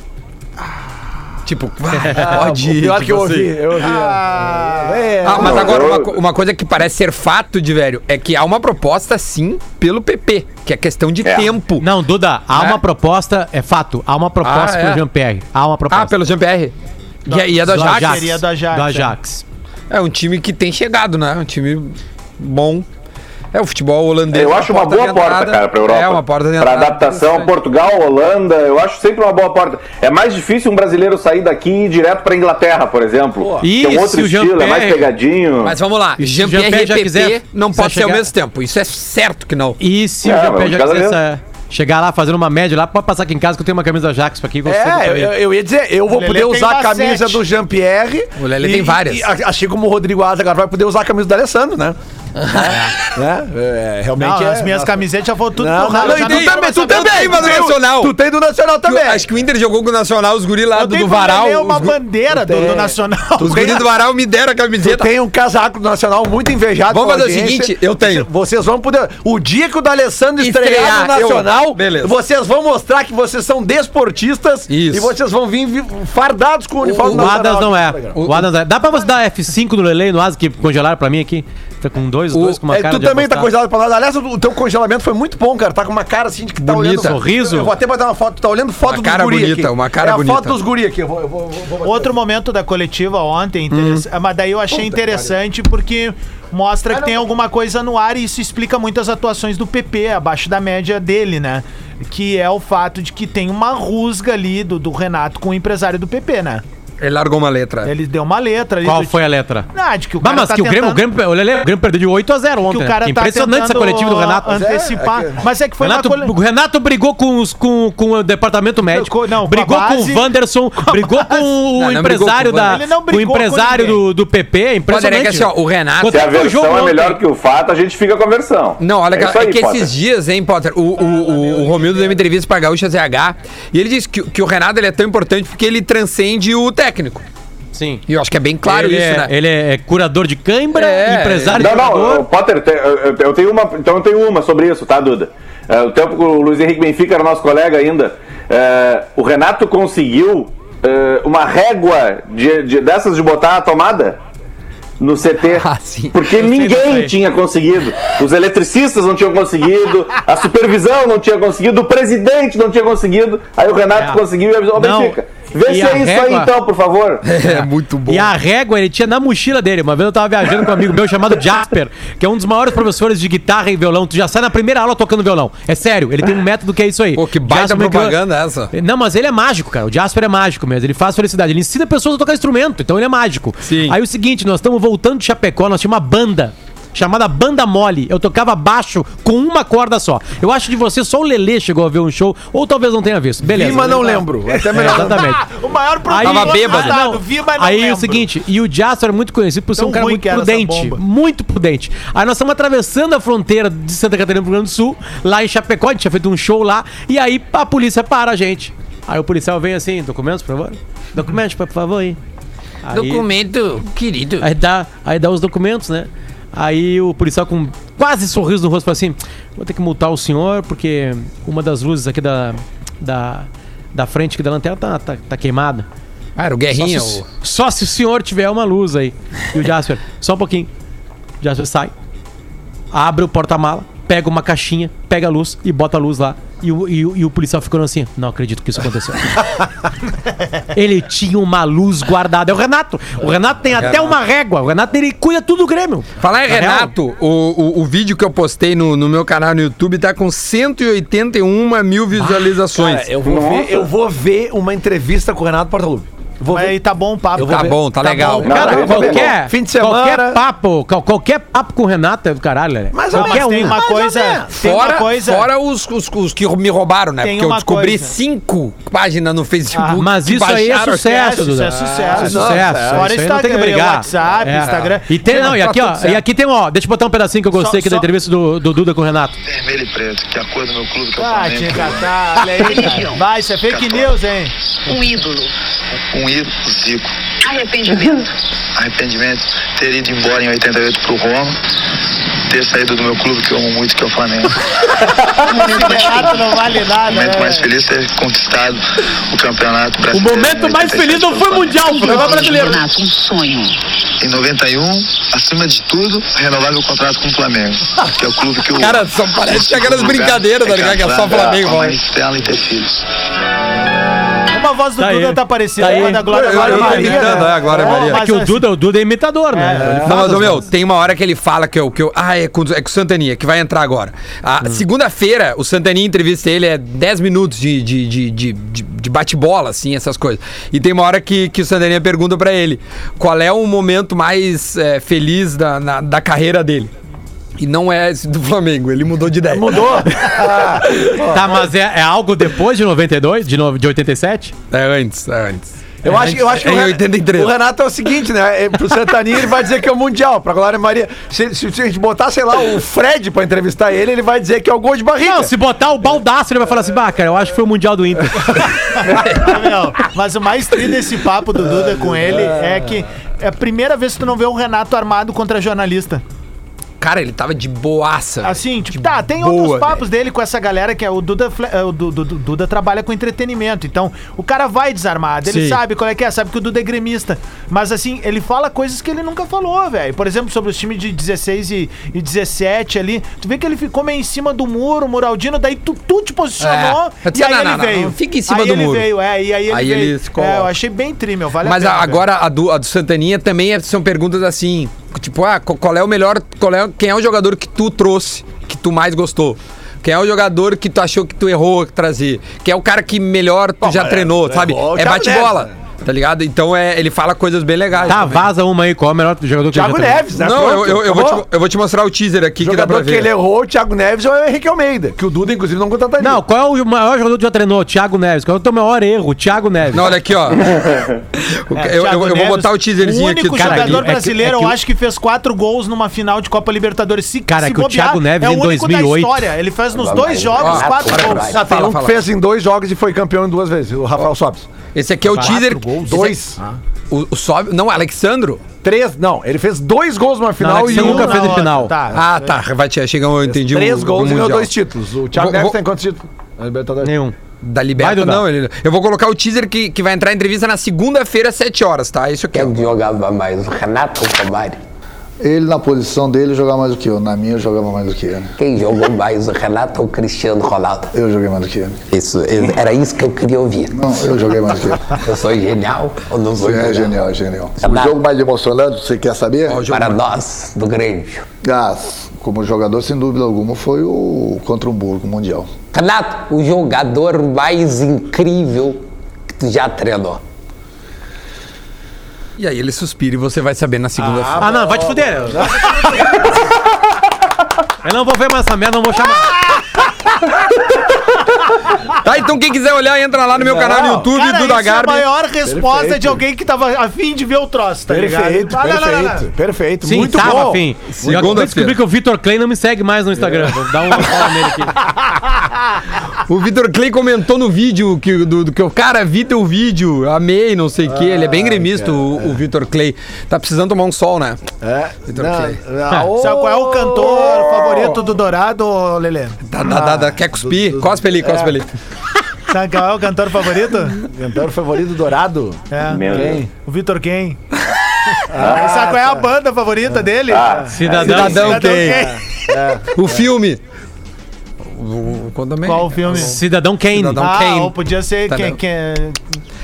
B: Tipo, *laughs* vai,
D: *laughs*
B: pode ir.
D: Pior que eu
B: tipo assim.
D: ouvi, eu ouvi.
F: Ah,
D: É,
B: Ah, mas
G: Não,
B: agora
G: eu-
B: uma, co- uma coisa que parece ser fato de velho é que há uma proposta sim pelo PP, que é questão de
G: É.
B: tempo.
E: Não, Duda, há
B: É.
E: uma proposta, é fato, há uma proposta
B: Ah, é?
E: pelo Jean-Pierre. Há uma proposta.
B: Ah, pelo Jean-Pierre. E é, e é do
E: Do
B: Ajax.
E: Ajax.
F: Seria do Ajax,
E: Do
F: é.
E: Ajax.
B: É um time que tem chegado, né? Um time bom. É o futebol holandês.
G: Eu acho uma
B: de
G: boa porta,
B: entrada.
G: cara, pra Europa.
B: É uma porta de
G: Pra
B: entrada
G: adaptação,
B: interessante.
G: Portugal, Holanda, eu acho sempre uma boa porta. É mais difícil um brasileiro sair daqui e ir direto pra Inglaterra, por exemplo.
E: E
G: Que é um
E: se
G: outro
E: o
G: estilo, é mais
E: Jean-Pierre-
G: pegadinho.
B: Mas vamos lá,
E: E se o
B: Jean-Pierre e
E: Jean-Pierre já
B: PP
E: quiser-
B: não
E: quiser
B: pode ser ao
E: chegar-
B: mesmo tempo. Isso é certo que não.
E: E se
G: É,
E: o
G: mas
E: Jean-Pierre já
G: cada
E: quiser
G: vez-
E: essa- chegar lá, fazer uma média lá, pode passar aqui em casa que eu tenho uma camisa do Ajax pra aqui. você
D: É,
E: também.
D: eu, eu- eu ia dizer, eu vou
F: Lelê
D: poder
F: tem
D: usar a
F: bastante.
D: camisa do Jean-Pierre.
B: O Lelê
D: e-
B: tem várias.
D: e a- assim como o Rodrigo Asa agora vai poder usar a camisa do Alessandro, *laughs* né? É, é, realmente
F: Não,
D: é.
F: as minhas camisetas já foram tudo
D: Não, não,
F: torradas,
D: não, e
F: já
D: tu
F: não quero
D: também,
F: mais
D: tu
F: saber.
D: também, mas do
B: Eu-
D: Nacional. Tu tem do Nacional
B: Que o-
D: também.
B: acho que o Inter jogou com o Nacional, os guri lá
F: Eu
B: do,
F: tenho
B: do
F: pro
B: Varal.
F: Lelê uma
B: os, gu-
F: bandeira do,
D: tem-
F: do Nacional.
B: os guri do Varal me deram a
D: Tu
B: camiseta.
D: tem um casaco do Nacional muito invejado.
B: Vamos
D: pela
B: fazer o
D: audiência.
B: seguinte, eu tenho.
D: Vocês vão poder. O dia que o D'Alessandro estrear,
B: Estrear,
D: no
B: eu-
D: Nacional,
B: Beleza.
D: vocês vão mostrar que vocês são desportistas
B: Isso.
D: e vocês vão vir vi- fardados com o uniforme
E: O Adas não é.
D: Instagram.
E: O Adas não é. Dá pra você dar F5 no Lele e no Adas que congelaram pra mim aqui? Tá com dois,
B: O-
E: dois com uma
D: É,
E: cara
D: tu
E: de
D: também tá
E: apostar.
D: congelado pra nós. Aliás, o o teu congelamento foi muito bom, cara. Tá com uma cara assim de que tá
B: Bonita.
D: olhando.
E: Sorriso.
D: Eu vou até botar uma foto. Tu tá olhando foto
B: Uma
D: dos
B: cara
D: guri
B: bonita,
D: aqui.
B: uma cara
D: é
B: bonita.
D: a foto dos guri aqui. Eu vou, eu vou, eu vou-
F: Outro momento da coletiva ontem, interessa-
D: Hum.
F: mas daí eu achei interessante porque
D: Ah,
F: mostra que tem alguma coisa no ar e isso explica muito as atuações do PP, abaixo da média dele, né? Que é o fato de que tem uma rusga ali do, do Renato com o empresário do PP, né?
B: Ele largou uma letra.
F: Ele deu uma letra ali.
E: Qual
F: do
E: foi a letra?
F: tipo, ah, de que o
E: Bah,
F: cara
E: mas
F: tá
E: que o Grêmio, o,
F: tentando-
E: Grêmio, o Lelê, o Grêmio perdeu de 8 a 0
F: que
E: ontem.
F: o
E: né?
F: cara
E: Que
F: tá
E: Impressionante essa
F: tentando,
E: coletiva do
F: ah,
E: Renato.
F: Antecipar.
D: É, é que-
F: Mas é que foi
E: Renato,
F: uma
E: o
F: coletiva.
E: Renato brigou com, os, com, com o departamento médico,
F: Co- não, com a
E: brigou com,
F: base,
E: o Wanderson, brigou com o
B: Não, não brigou
E: empresário
B: com o
E: da,
F: Wanderson. Ele não
E: o
F: brigou com
E: empresário
F: ninguém.
E: do, do PP,
B: Potter,
E: impressionante.
B: é que assim, ó, o Renato.
G: Se a
E: Quanto é que foi o
G: versão
E: jogo
G: é melhor
E: ontem?
G: que o fato, a gente fica com a versão.
B: Não, olha,
G: é
B: cara,
G: isso
B: é,
G: aí,
B: que
G: Potter.
B: esses dias, hein, Potter, o, o, o, o Romildo deu uma entrevista pra Gaúcha ZH e ele disse que, que o Renato ele é tão importante porque ele transcende o técnico.
E: Sim.
B: E eu acho que é bem claro
E: ele
B: isso,
E: é,
B: né?
E: Ele é curador de cãibra,
B: É,
E: empresário
G: Não,
E: de
G: não,
E: jogador.
G: o Potter, te- eu- eu- eu tenho uma, então eu tenho uma sobre isso, tá, Duda? É, o tempo que o Luiz Henrique Benfica era nosso colega ainda, é, o Renato conseguiu é, uma régua de- de- dessas de botar a tomada no
E: *laughs*
G: CT,
B: Ah, sim.
G: porque ninguém tinha conseguido. Os eletricistas não tinham conseguido, a supervisão não tinha conseguido, o presidente não tinha conseguido. Aí o
E: É.
G: Renato conseguiu e avisou: "Ô,
E: Não,
G: Benfica, vê
E: e
G: se
E: a
G: é isso aí
E: régua-
G: então,
E: *laughs*
G: por favor."
B: *laughs* É muito bom.
E: E a régua ele tinha na mochila dele. Uma vez eu tava viajando com um amigo meu chamado Jasper, que é um dos maiores professores de guitarra e violão. Tu já sai na primeira aula tocando violão. É sério, ele tem um método que é isso aí.
B: Pô, que baita
E: Jasper,
B: propaganda essa.
E: Não, mas ele é mágico, cara. O Jasper é mágico mesmo. Ele faz felicidade. Ele ensina pessoas a tocar instrumento, então ele é mágico.
B: Sim.
E: Aí o seguinte, nós estamos voltando de Chapecó, nós tínhamos uma banda. Chamada Banda Mole. Eu tocava baixo com uma corda só. Eu acho que de você só o Lelê chegou a ver um show, ou talvez não tenha visto.
B: É,
E: Beleza.
D: Vima não lembro. Até
E: É,
D: melhor.
E: exatamente.
F: O maior
E: Aí,
F: problema
B: Tava bêbado.
F: do Estado, ah, tá, vi, mas não
E: aí é o
F: lembro.
E: seguinte, e o Jasper é muito conhecido por ser
F: Tão
E: um cara
F: ruim
E: muito
F: que era essa
E: prudente.
F: bomba.
E: Muito prudente. Aí nós estamos atravessando a fronteira de Santa Catarina pro Rio Grande do Sul, lá em Chapecó, a gente tinha feito um show lá, e aí a polícia para a gente. Aí o policial vem assim, documentos, por favor? Documentos, por favor, aí. Aí-
B: Documento, querido.
E: Aí dá, aí dá os documentos, né? Aí o policial com quase sorriso no rosto fala assim: vou ter que multar o senhor, porque uma das luzes aqui da, da, da frente aqui da lanterna tá, tá, tá queimada.
B: Ah, era o
E: Só
B: Guerrinha.
E: se,
B: o-
E: só se o senhor tiver uma luz aí. E o Jasper, só um pouquinho. O Jasper sai, abre o porta-mala, pega uma caixinha, pega a luz e bota a luz lá. E o, e o- e o policial ficou assim, não acredito que isso
D: *laughs*
E: aconteceu. ele tinha uma luz guardada. É o Renato. O Renato tem até uma régua. O Renato, ele cuida tudo do Grêmio.
B: Falar em
E: Na real.
B: Renato, o, o, o vídeo que eu postei no, no meu canal no YouTube tá com 181 mil visualizações.
D: Cara, eu vou, ver, eu vou ver uma entrevista com o Renato Portaluppi. Vou
F: Mas
D: ver.
F: aí tá bom o papo.
D: Eu vou
B: tá
D: ver.
B: bom, tá,
D: Tá
B: legal.
D: bom.
G: Não,
E: Cara,
G: aí tá
E: qualquer,
D: Fim de semana.
E: qualquer papo, qual- qualquer papo com o Renato é do caralho, né?
D: Mas,
F: Não,
E: qualquer
F: mas
E: um.
F: tem uma
D: Mais ou
F: coisa.
D: menos.
F: Tem
B: fora
F: uma coisa.
B: fora os, os, os que me roubaram, né?
F: Tem
B: Porque eu
F: uma
B: descobri
F: coisa.
B: cinco páginas no Facebook.
E: Ah, mas
B: que
E: isso aí é
B: baixaram.
E: sucesso,
F: Isso é
E: Duda.
F: sucesso.
E: Ah,
F: Não, é.
E: sucesso.
F: Fora
E: Isso aí não tem que
F: Instagram,
E: brigar. É.
F: WhatsApp, Instagram.
E: E tem, não, e aqui,
B: Tá
E: ó,
B: tudo certo.
E: e aqui tem, ó, deixa eu botar um pedacinho que eu
F: Só-
E: gostei aqui da
F: só-
E: entrevista do, do Duda com o Renato.
H: vermelho e preto, que é a cor do meu clube, que é o
F: Ah,
H: Flamengo.
F: tinha catar. Olha aí, cara. Vai, isso é fake news, hein?
I: um ídolo.
H: Um ídolo, Zico.
I: Arrependimento.
H: *laughs* Arrependimento ter ido embora em 88 pro Roma, ter saído do meu clube, que eu amo muito, que é o
B: *laughs*
H: Flamengo.
F: Renato não vale
H: O
F: nada.
H: momento
F: né?
H: mais feliz é ter conquistado o campeonato
E: O
H: brasileiro.
E: momento
H: em
E: mais
H: 87
E: feliz não
H: pelo
E: foi
H: Flamengo.
E: mundial, foi o brasileiro.
I: Renato, um sonho.
H: Em 91, acima de tudo, renovar meu contrato com o Flamengo, que é o clube que eu
B: Cara, só parece que aquelas
H: Lugar
B: brincadeiras, tá ligado? Que é só
H: casar
B: Flamengo,
H: com a
B: vai.
H: Maristela e ter filhos.
F: Uma voz do
E: Tá aí.
F: Duda tá parecida
E: Tá
F: com a
E: aí.
F: da Glória
B: Glória
F: Maria.
B: Maria,
F: né?
B: né? A Glória
F: Ó,
B: Maria.
E: É
F: mas
E: que o
F: assim, *laughs*
E: Duda, o Duda é imitador, né? Ele
B: Não,
E: fala
B: mas, ô,
E: das
B: meu,
E: coisas.
B: tem uma hora que ele fala que eu. Que eu ah, é com, é com o Santaninha, que vai entrar agora. Ah,
E: Hum.
B: Segunda-feira, o Santaninha entrevista ele, é 10 minutos de, de, de, de, de- de bate-bola, assim, essas coisas. E tem uma hora que, que o Santaninha pergunta pra ele qual é o momento mais eh, feliz da, na- da carreira dele. E não é esse do Flamengo, ele mudou de ideia. Mudou?
E: Tá, mas é, é algo depois de 92, de, no, de 87?
B: É antes, é antes.
D: Eu acho, eu acho que
B: É
D: o
B: em
D: Ren-
B: 83.
D: o Renato é o seguinte, né? É, Pro Santaninha ele vai dizer que é o Mundial. Pra Glória Maria, se, se- se a gente botar, sei lá, o Fred pra entrevistar ele, ele vai dizer que é o gol de barriga.
E: Não, se botar o baldaço, ele vai falar assim, bah, cara, eu acho que foi o Mundial do Inter. Tá,
F: Ah, meu, mas o mais triste desse papo do Duda com ele é que é a primeira vez que tu não vê um Renato armado contra jornalista.
B: Cara, ele tava de boaça.
F: Assim, tipo, tá, tem
B: boa,
F: outros papos dele com essa galera que é o Duda, Fle- é, o Du- Du- Du- Duda trabalha com entretenimento. Então, o cara vai desarmado, ele
E: Sim.
F: sabe qual é que é, sabe que o Duda é gremista. Mas assim, ele fala coisas que ele nunca falou, velho. Por exemplo, sobre os times de 16 e, e 17 ali, tu vê que ele ficou meio em cima do muro, o Muraldino, daí tu, tu te posicionou
B: É. Eu
F: e
B: disse,
F: aí
B: não,
F: ele
B: não, não,
F: veio.
B: não fica em cima
F: aí
B: do
F: ele
B: muro.
F: Veio, é, e aí ele
B: Aí
F: veio.
B: ele se coloca.
F: é, eu achei bem tri, meu, vale
B: Mas
F: a
B: a-
F: pena.
B: agora a do, a do Santaninha também é- são perguntas assim, tipo, ah, co- qual é o melhor, qual é, quem é o jogador que tu trouxe, que tu mais gostou? Quem é o jogador que tu achou que tu errou trazer? Quem é o cara que melhor tu já treinou, sabe?
D: igual o
B: É
D: Thiago
B: bate-bola,
D: Neves,
B: tá ligado? Então é, ele fala coisas bem legais.
E: Tá,
B: também.
E: vaza uma aí, qual é o melhor jogador que ele já
D: Thiago
E: treinou?
D: Neves, né?
B: Não, eu,
D: Pronto,
B: eu, eu vou te,
D: acabou.
B: mo- eu vou te mostrar o teaser aqui que dá pra
D: jogador que
B: ver.
D: ele errou, o Thiago Neves ou o Henrique Almeida, que o Duda, inclusive, não contrataria.
E: Não, qual é o maior jogador que já treinou? Thiago Neves. Qual é o teu maior erro? Thiago Neves.
B: Não, olha aqui,
D: *laughs*
B: ó. O ca-
D: É,
B: eu, eu- eu vou botar o teaserzinho
F: É, O
B: aqui
F: único
B: do
E: cara,
F: jogador
E: é que- é
F: brasileiro,
E: que
F: eu
E: o-
F: acho que fez quatro gols numa final de Copa Libertadores. Se,
E: Cara,
F: se
E: que o Thiago Neves
F: é
E: em
F: o único
E: 2008.
F: da história. Ele fez nos dois jogos
B: Ó,
F: quatro
B: agora
F: gols.
B: vai.
D: Ah, tem
B: fala,
D: um que
B: fala.
D: fez em dois jogos e foi campeão em duas vezes, o Rafael Sobis.
B: Esse aqui é o teaser. esse-
D: Dois.
B: O, o sobe. Não, Alexandro?
D: Três, não, ele fez dois gols numa final
E: Alexandre
D: e um
E: nunca
D: na
E: fez em
D: outra.
E: final.
D: Tá.
B: Ah, tá. Vai te chegar, eu entendi o-
D: Três
B: o
D: gols e ganhou
B: um Mundial.
D: dois títulos. O Thiago
B: Vou-
D: Neves
B: vou-
D: tem quantos títulos? Na Libertadores.
E: Nenhum.
B: Da Liberta,
E: Vai, Duda.
B: não. Ele... Eu vou colocar o teaser que, que vai entrar em entrevista na segunda-feira, às 7 horas, tá? Isso eu quero.
J: jogava mais? O Renato Romário. Ele na posição dele jogava mais do que eu, na minha eu jogava mais do que ele. Quem jogou mais, o Renato ou o Cristiano Ronaldo? Eu joguei mais do que ele. Isso, era isso que eu queria ouvir. Não, eu joguei mais do que ele. Eu sou genial ou não sou genial? É genial, é genial. O jogo mais emocionante, você quer saber? Para nós, do Grêmio. Ah, como jogador, sem dúvida alguma, foi o contra o Hamburgo, o Mundial. Renato, o jogador mais incrível que tu já treinou.
B: E aí ele suspira e você vai saber na segunda-feira.
E: Ah, não, vai te fuder. Eu não vou ver mais essa merda, não vou chamar.
B: Tá, então quem quiser olhar, entra lá no meu canal no YouTube,
F: Cara,
B: Duda
F: essa é a
B: Garbi.
F: maior resposta de alguém que tava afim de ver o troço, tá ligado?
D: Perfeito,
F: Ah, não, não, não, não.
D: perfeito, perfeito.
E: Sim,
D: Muito
E: tava,
D: bom.
E: fim.
B: Segunda-feira.
E: Eu descobri que o Vitor Clay não me segue mais no Instagram. Vou dar uma fala nele aqui.
B: O Vitor Clay comentou no vídeo que, do, do que eu, cara, vi teu vídeo, amei, não sei o quê. Ele é bem gremista, o, o Vitor Clay. Tá precisando tomar um sol, né?
D: É.
B: Vitor
D: Não,
B: Clay.
D: não, ô,
F: Sabe qual é o
D: Oh!
F: cantor favorito do Dourado, ô, Lelê?
B: Tá, tá, tá, tá, quer cuspir? cospe ali, cospe ali.
F: Sabe qual é o cantor favorito?
D: Cantor favorito dourado?
F: É,
G: Meu Deus.
F: o Vitor Ken. Sabe
D: Ah, tá.
F: qual é a banda favorita dele?
E: Cidadão.
B: Cidadão
F: Cidadão
B: Clay.
F: Kane.
B: O filme. o- quando também.
F: Qual o filme?
E: Cidadão Kane.
B: Cidadão
F: ah,
B: Kane.
F: ou podia ser
B: Tá
F: quem,
B: dando.
F: quem...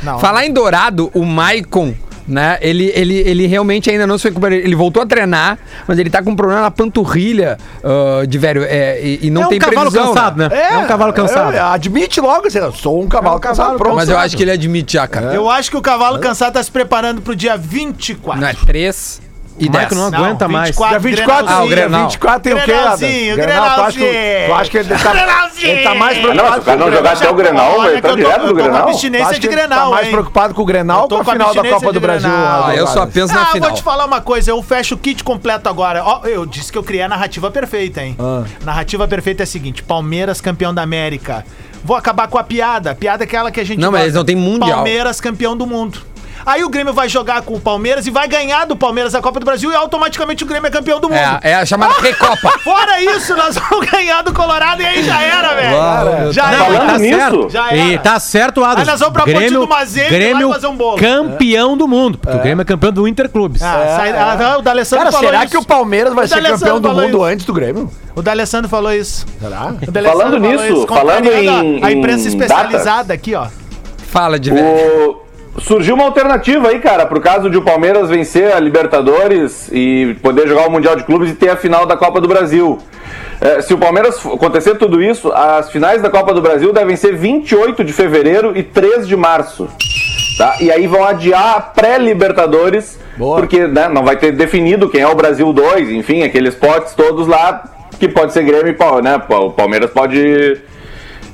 F: Não.
B: Falar em Dourado, o Maicon, né? Ele, ele, ele realmente ainda não se recuperou. Ele voltou a treinar, mas ele tá com um problema na panturrilha ah, de velho. é, e, e não
E: é um
B: tem
E: cavalo
B: previsão,
E: cansado, né? É, um cavalo cansado.
D: É, admite logo, assim, eu sou um
F: É
D: cavalo cansado, pronto.
B: Mas eu acho que ele admite já, cara.
F: Eu acho que o cavalo cansado tá se preparando pro dia 24.
B: Não é 3 e Ah, 10.
E: Maicon não aguenta mais.
F: 24,
D: Dia 24,
B: Ah, o
F: Grenalzinho.
B: Grenal.
D: 24 tem o quê, Adam?
F: Grenalzinho,
D: tu acha que o- Tu acha que ele tá,
F: Grenalzinho!
D: ele tá mais
G: Ah, não,
D: preocupado
G: se o cara não jogar até o Grenal,
F: Olha
G: velho,
F: que
G: tá
F: eu tô-
G: direto
F: eu
G: do
F: tô com
G: Grenal.
F: abstinência
D: Acho
F: de
D: que ele
F: Grenal,
D: tá mais
F: hein?
D: preocupado com o Grenal
F: Eu tô
D: com a
F: com
D: final da
F: abstinência
D: Copa
F: de
D: do Brasil.
F: Grenal.
D: Adam
B: Ah, eu só
D: Vargas.
B: penso na
F: ah,
B: final.
F: vou te falar uma coisa, eu fecho o kit completo agora. Ó, eu disse que eu criei a narrativa perfeita, hein? Narrativa perfeita é a seguinte: Palmeiras campeão da América. Vou acabar com a piada. A piada é aquela que a gente.
B: Não, mas eles não têm Mundial.
F: Palmeiras campeão do mundo. Aí o Grêmio vai jogar com o Palmeiras e vai ganhar do Palmeiras a Copa do Brasil e automaticamente o Grêmio é campeão do mundo.
B: É, é a
E: Ah!
B: chamada Recopa.
F: Fora isso, nós vamos ganhar do Colorado e aí já era, velho. Já
E: Não,
F: era.
G: Falando
E: tá
G: nisso,
E: certo.
F: já era.
E: E tá certo, Adam.
F: Aí nós vamos pra Ponte do Mazeiro e lá
E: Grêmio
F: fazer um bolo.
E: campeão do mundo. Porque o Grêmio é campeão do Interclubes.
F: Ah, sai- ah, o D'Alessandro
D: Cara,
F: falou
D: será
F: isso.
D: que o Palmeiras vai
F: O
D: ser
F: D'Alessandro
D: campeão do
F: falou
D: mundo
F: isso.
D: antes do Grêmio?
F: O D'Alessandro falou isso.
D: Será?
F: O D'Alessandro
G: Falando
F: falou
G: nisso,
F: isso, contrariando
G: falando em-
F: a, a imprensa
G: em
F: especializada
G: datas.
F: aqui, ó.
B: Fala de velho.
G: O- Surgiu uma alternativa aí, cara, pro caso de o Palmeiras vencer a Libertadores e poder jogar o Mundial de Clubes e ter a final da Copa do Brasil. É, se o Palmeiras f- acontecer tudo isso, as finais da Copa do Brasil devem ser 28 de fevereiro e 3 de março. Tá? E aí vão adiar a pré-Libertadores, porque né, não vai ter definido quem é o Brasil 2, enfim, aqueles potes todos lá, que pode ser Grêmio e Pal- né? O Palmeiras pode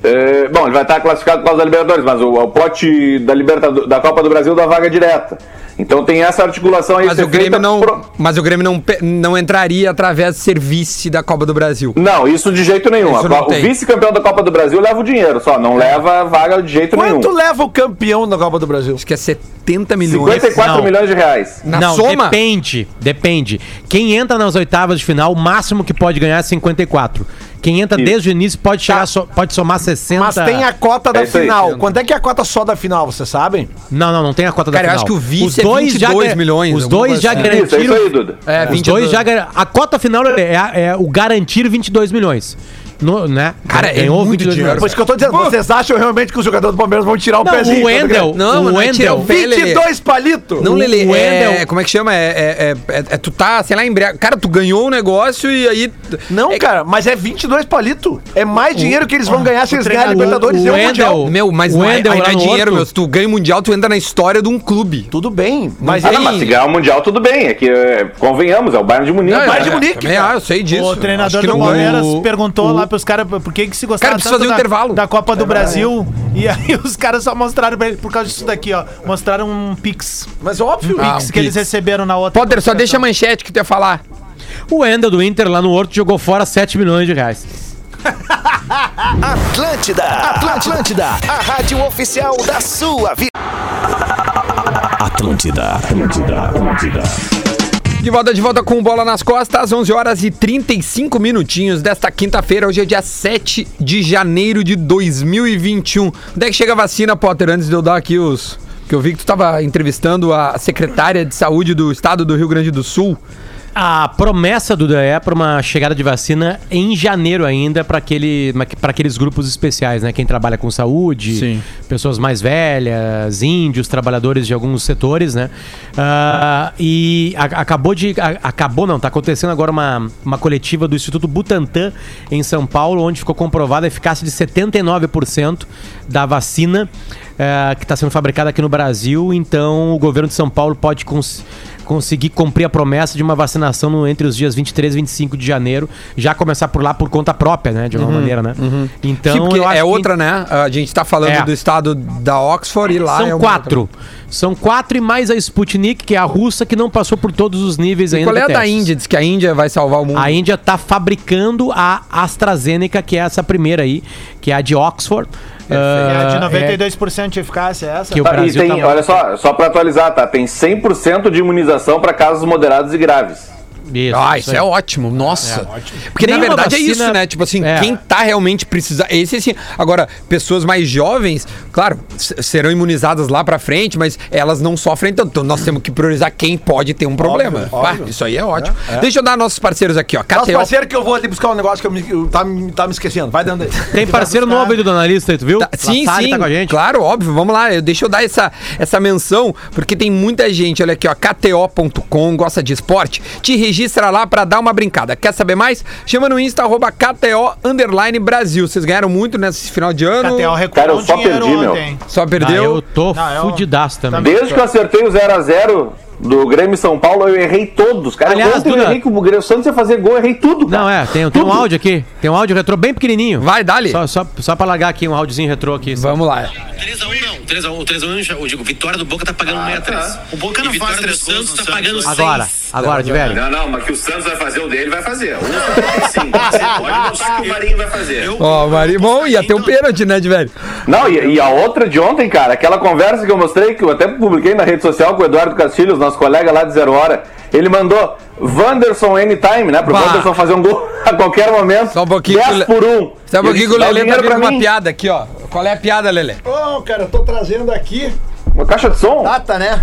G: é, bom, ele vai estar classificado por causa da Libertadores, mas o, o pote da, Libertadores, da Copa do Brasil dá vaga direta. Então tem essa articulação aí.
B: Mas
G: ser
B: o Grêmio
G: feita
B: não,
G: pro-
B: mas o Grêmio não, pe- não entraria através de ser vice da Copa do Brasil.
G: Não, isso de jeito nenhum.
B: Isso
G: A
B: não
G: Co- o
B: tem. É.
G: vice-campeão da Copa do Brasil leva o dinheiro só, não leva vaga de jeito
D: Quanto
G: nenhum.
D: leva o campeão da Copa do Brasil?
B: Acho que é 70 milhões.
G: 54
E: Não.
G: milhões de reais.
B: Na
E: não,
B: soma?
E: depende, depende. Quem entra nas oitavas de final, o máximo que pode ganhar é 54. Quem entra desde o início pode, chegar, so- pode somar 60.
D: Mas tem a cota da
G: É isso aí.
D: final. Quanto é que é a cota só da final, vocês sabem?
E: Não, não, não tem a cota
B: Cara,
E: da
B: eu acho
E: final.
B: que o vice
E: Os
B: é
E: dois já
B: 22
E: gar-
B: milhões,
E: Os
B: alguma
E: dois
B: coisa
E: já
B: assim.
E: garantiram...
G: Isso, é isso aí, Duda.
B: É,
E: Os
B: 22.
E: dois já gar- A cota final é, é- é o garantir 22 milhões. No, né?
B: Cara, é
E: Ganhou
B: muito dinheiro,
D: Por
E: milhões.
D: isso que eu tô dizendo, vocês acham realmente que os jogadores do Palmeiras vão tirar o
E: Não,
D: pezinho? tá
E: o Wendel,
B: Não,
E: o
B: não é tirar o
E: Wendel,
B: pé, Lelê.
D: 22 palito!
B: Não,
E: O
B: Lele, é,
E: Wendel-
B: como é que chama? É, é- é- é- é tu tá, sei lá, embriagado. Cara, tu ganhou um negócio e aí...
D: Não,
B: é,
D: cara, mas é 22 palito. É mais dinheiro que eles vão ganhar se eles ganharem a Libertadores
E: o
D: e o
E: Wendel-
D: Mundial.
B: Meu, mas
E: O
B: não é, aí
E: Wendel
B: não
E: lá
B: é
E: no
B: dinheiro,
E: Horto.
B: meu. Se tu ganha o Mundial, tu entra na história de um clube.
D: Tudo bem, mas...
G: Ah,
B: tem-
G: não, mas se ganhar o Mundial, tudo bem. É que, é, convenhamos, é o Bayern de Munique.
E: um
B: Não,
G: né?
D: Bayern de Munique,
B: também,
D: cara.
B: ah, eu sei disso.
F: O
B: Acho
F: treinador
B: que
F: do
B: não é. ganha.
F: Palmeiras
E: O-
F: perguntou lá pros caras por que, que se
B: Cara,
F: gostaram
B: precisa fazer um
F: da,
B: intervalo.
F: da Copa
D: É
F: do Brasil. E aí os caras só mostraram pra ele, por causa disso daqui, ó. Mostraram um Pix.
D: é, Mas óbvio.
B: Ah,
F: pix
B: um
F: que eles
B: Pix.
F: receberam na outra.
B: Potter, só deixa a manchete que tu ia falar.
E: O Wendel do Inter lá no Horto jogou fora 7 milhões de reais.
K: Atlântida, Atlântida, a rádio oficial da sua vida.
A: Atlântida, Atlântida, Atlântida.
B: De volta, de volta com bola nas costas, 11 horas e 35 minutinhos desta quinta-feira. Hoje é dia 7 de janeiro de 2021. Onde é que chega a vacina, Potter? Antes de eu dar aqui os. Que eu vi que tu estava entrevistando a secretária de saúde do estado do Rio Grande do Sul.
E: A promessa do DE para uma chegada de vacina em janeiro ainda para aquele, pra aqueles grupos especiais, né? Quem trabalha com saúde,
B: Sim.
E: pessoas mais velhas, índios, trabalhadores de alguns setores, né? Ah, e a- acabou de. a- acabou não, tá acontecendo agora uma, uma coletiva do Instituto Butantan em São Paulo, onde ficou comprovada a eficácia de 79% da vacina eh, que está sendo fabricada aqui no Brasil. Então o governo de São Paulo pode cons- conseguir cumprir a promessa de uma vacinação no- entre os dias 23 e 25 de janeiro, já começar por lá por conta própria, né? De alguma maneira, né? Então
B: Uhum, Sim, porque
E: eu acho
B: é
E: que-
B: outra, né? A gente tá falando
E: É.
B: do estado da Oxford e lá.
E: são
B: é uma
E: quatro. São quatro e mais a Sputnik, que é a russa, que não passou por todos os níveis
B: outra.
E: ainda.
B: Qual é a
E: de
B: da
E: testes.
B: Índia? Diz que a Índia vai salvar o mundo.
E: A Índia tá fabricando a AstraZeneca, que é essa primeira aí, que é a de Oxford.
F: É a
E: Ah,
F: de
E: é
F: 92% de eficácia, é essa?
E: que o
G: Tá, e
E: Brasil
G: tem,
E: tá-
G: olha só, só pra atualizar, tá? Tem 100% de imunização pra casos moderados e graves.
E: Isso,
B: ah, isso,
E: isso aí.
B: é ótimo, nossa. Porque na
E: Nenhuma
B: verdade é
E: vacina-
B: isso, né? Tipo assim,
E: É.
B: quem tá realmente precisando. Esse assim, agora, pessoas mais jovens, claro, s- serão imunizadas lá pra frente, mas elas não sofrem tanto. Então nós temos que priorizar quem pode ter um problema. Pá, Isso aí é ótimo. Deixa eu dar nossos parceiros aqui, ó.
D: Nosso
B: KTO.
D: parceiro que eu vou ali buscar um negócio que eu me, eu- tá, me- tá me esquecendo. Vai dando aí.
E: Tem parceiro novo aí do analista aí, tu viu?
B: Tá- sim,
E: Lassari
B: sim.
E: tá com a gente.
B: Claro, óbvio. Vamos lá. Eu, deixa eu dar essa, essa menção, porque tem muita gente. Olha aqui, ó. KTO.com, gosta de esporte? Te registra lá pra dar uma brincada. Quer saber mais? Chama no Insta, arroba KTO underline Brasil. Vocês ganharam muito nesse final de ano.
F: Até o
G: Cara, eu
F: recuperou um
G: só
F: dinheiro
G: perdi, meu.
F: ontem.
B: Só
E: Ah, eu
B: perdeu.
E: tô
F: Não, eu-
E: fudidaço também.
G: Desde que eu acertei o 0x0 do Grêmio e São Paulo, eu errei todos, cara.
E: Aliás,
G: Ontem eu
E: Duda-
G: errei que o Grêmio Santos ia fazer gol, eu errei tudo.
E: Não, é, tem, tem um áudio aqui. Tem um áudio retrô bem pequenininho.
B: Vai, dali.
E: Só, só, só pra largar aqui um áudiozinho retrô aqui.
B: Vamos lá.
L: 3x1 não. 3x1, 3x1, eu digo, vitória do Boca tá pagando 63. O Boca não faz do Santos tá pagando 6.
E: Agora, agora, de velho.
L: Não, não, mas que o Santos vai fazer o dele, vai fazer. Um
E: *laughs*
L: sim, pode botar que o Marinho vai fazer.
B: Ó, Mari, bom, ia ter um pênalti, né, de velho?
G: Não, e, e a outra de ontem, cara, aquela conversa que eu mostrei, que eu até publiquei na rede social com o Eduardo Castilhos, nosso colega lá de Zero Hora, ele mandou Wanderson anytime, né? Pro
B: Bah.
G: Wanderson fazer um gol *laughs* a qualquer momento.
B: Só um pouquinho.
G: 10 por 1.
B: Sabe o que o Lelê tá
G: dinheiro
B: vindo
G: pra
B: com uma
G: mim.
B: piada aqui, ó. Qual é a piada, Lelê?
D: Bom, cara, eu tô trazendo aqui
G: Uma caixa de som.
B: Tá.
D: data, né?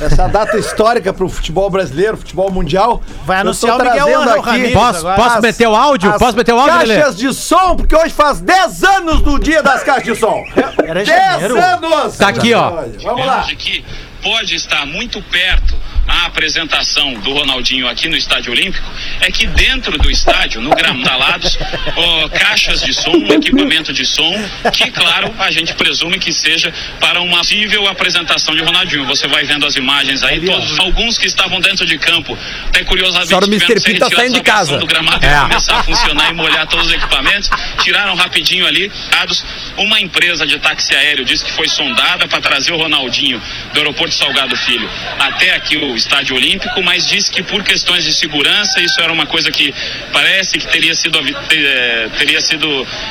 D: Essa data histórica pro futebol brasileiro, futebol mundial.
F: Vai
D: Eu
F: anunciar
D: tô
F: o Miguel
D: trazendo
F: Ángel
D: aqui
F: Ramírez
E: Posso,
F: agora.
E: posso
D: as-
E: meter o áudio?
D: as
E: Posso meter o áudio, Lelê?
D: Caixas de som, porque hoje faz 10 anos do dia das caixas de som.
F: Era
D: 10
F: janeiro?
D: anos!
E: Tá aqui, ó.
D: Vamos lá.
L: de que pode estar muito perto a apresentação do Ronaldinho aqui no Estádio Olímpico é que dentro do estádio, no gramalados, ó, caixas de som, equipamento de som, que claro, a gente presume que seja para uma possível apresentação de Ronaldinho. Você vai vendo as imagens aí, todos, alguns que estavam dentro de campo, até curiosamente
B: Senhora, o Mr.
L: tiveram que ser
B: Pita
L: retirados
B: saindo de
L: da operação
B: casa.
L: do gramado
B: É.
L: e começar a funcionar e molhar todos os equipamentos, tiraram rapidinho ali, dados. uma empresa de táxi aéreo disse que foi sondada para trazer o Ronaldinho do aeroporto Salgado Filho até aqui o estádio olímpico, mas disse que por questões de segurança, isso era uma coisa que parece que teria sido avi- te- eh, teria sido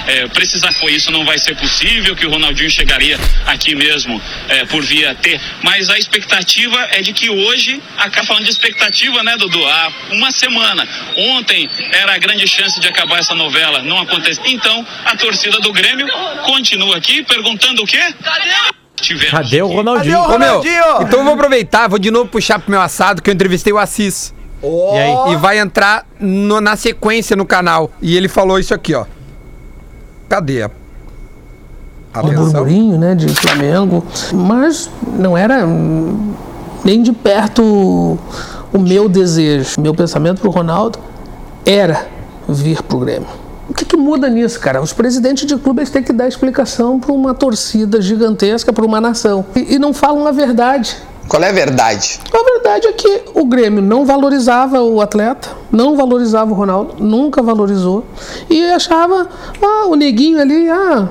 L: eh, precisar foi isso não vai ser possível que o Ronaldinho chegaria aqui mesmo eh, por via T, mas a expectativa é de que hoje acaba falando de expectativa, né, Dudu? Há uma semana. Ontem era a grande chance de acabar essa novela. Não aconteceu. Então, a torcida do Grêmio continua aqui perguntando o quê? Cadê? Tivemos
E: Cadê o Ronaldinho?
D: Cadê o
B: Ô, meu,
D: Ronaldinho!
B: então eu vou aproveitar, vou de novo puxar pro meu assado, que eu entrevistei o Assis.
E: E aí?
B: E vai entrar no- na sequência no canal. E ele falou isso aqui, ó. Cadê a. a menção?
L: burburinho, né, de Flamengo, mas não era hum, nem de perto o- o meu desejo. Meu pensamento pro Ronaldo era vir pro Grêmio. O que, que muda nisso, cara? Os presidentes de clube eles têm que dar explicação para uma torcida gigantesca, para uma nação. E, e não falam a verdade.
J: Qual é a verdade?
L: A verdade é que o Grêmio não valorizava o atleta, não valorizava o Ronaldo, nunca valorizou. E achava, ah, o neguinho ali, ah,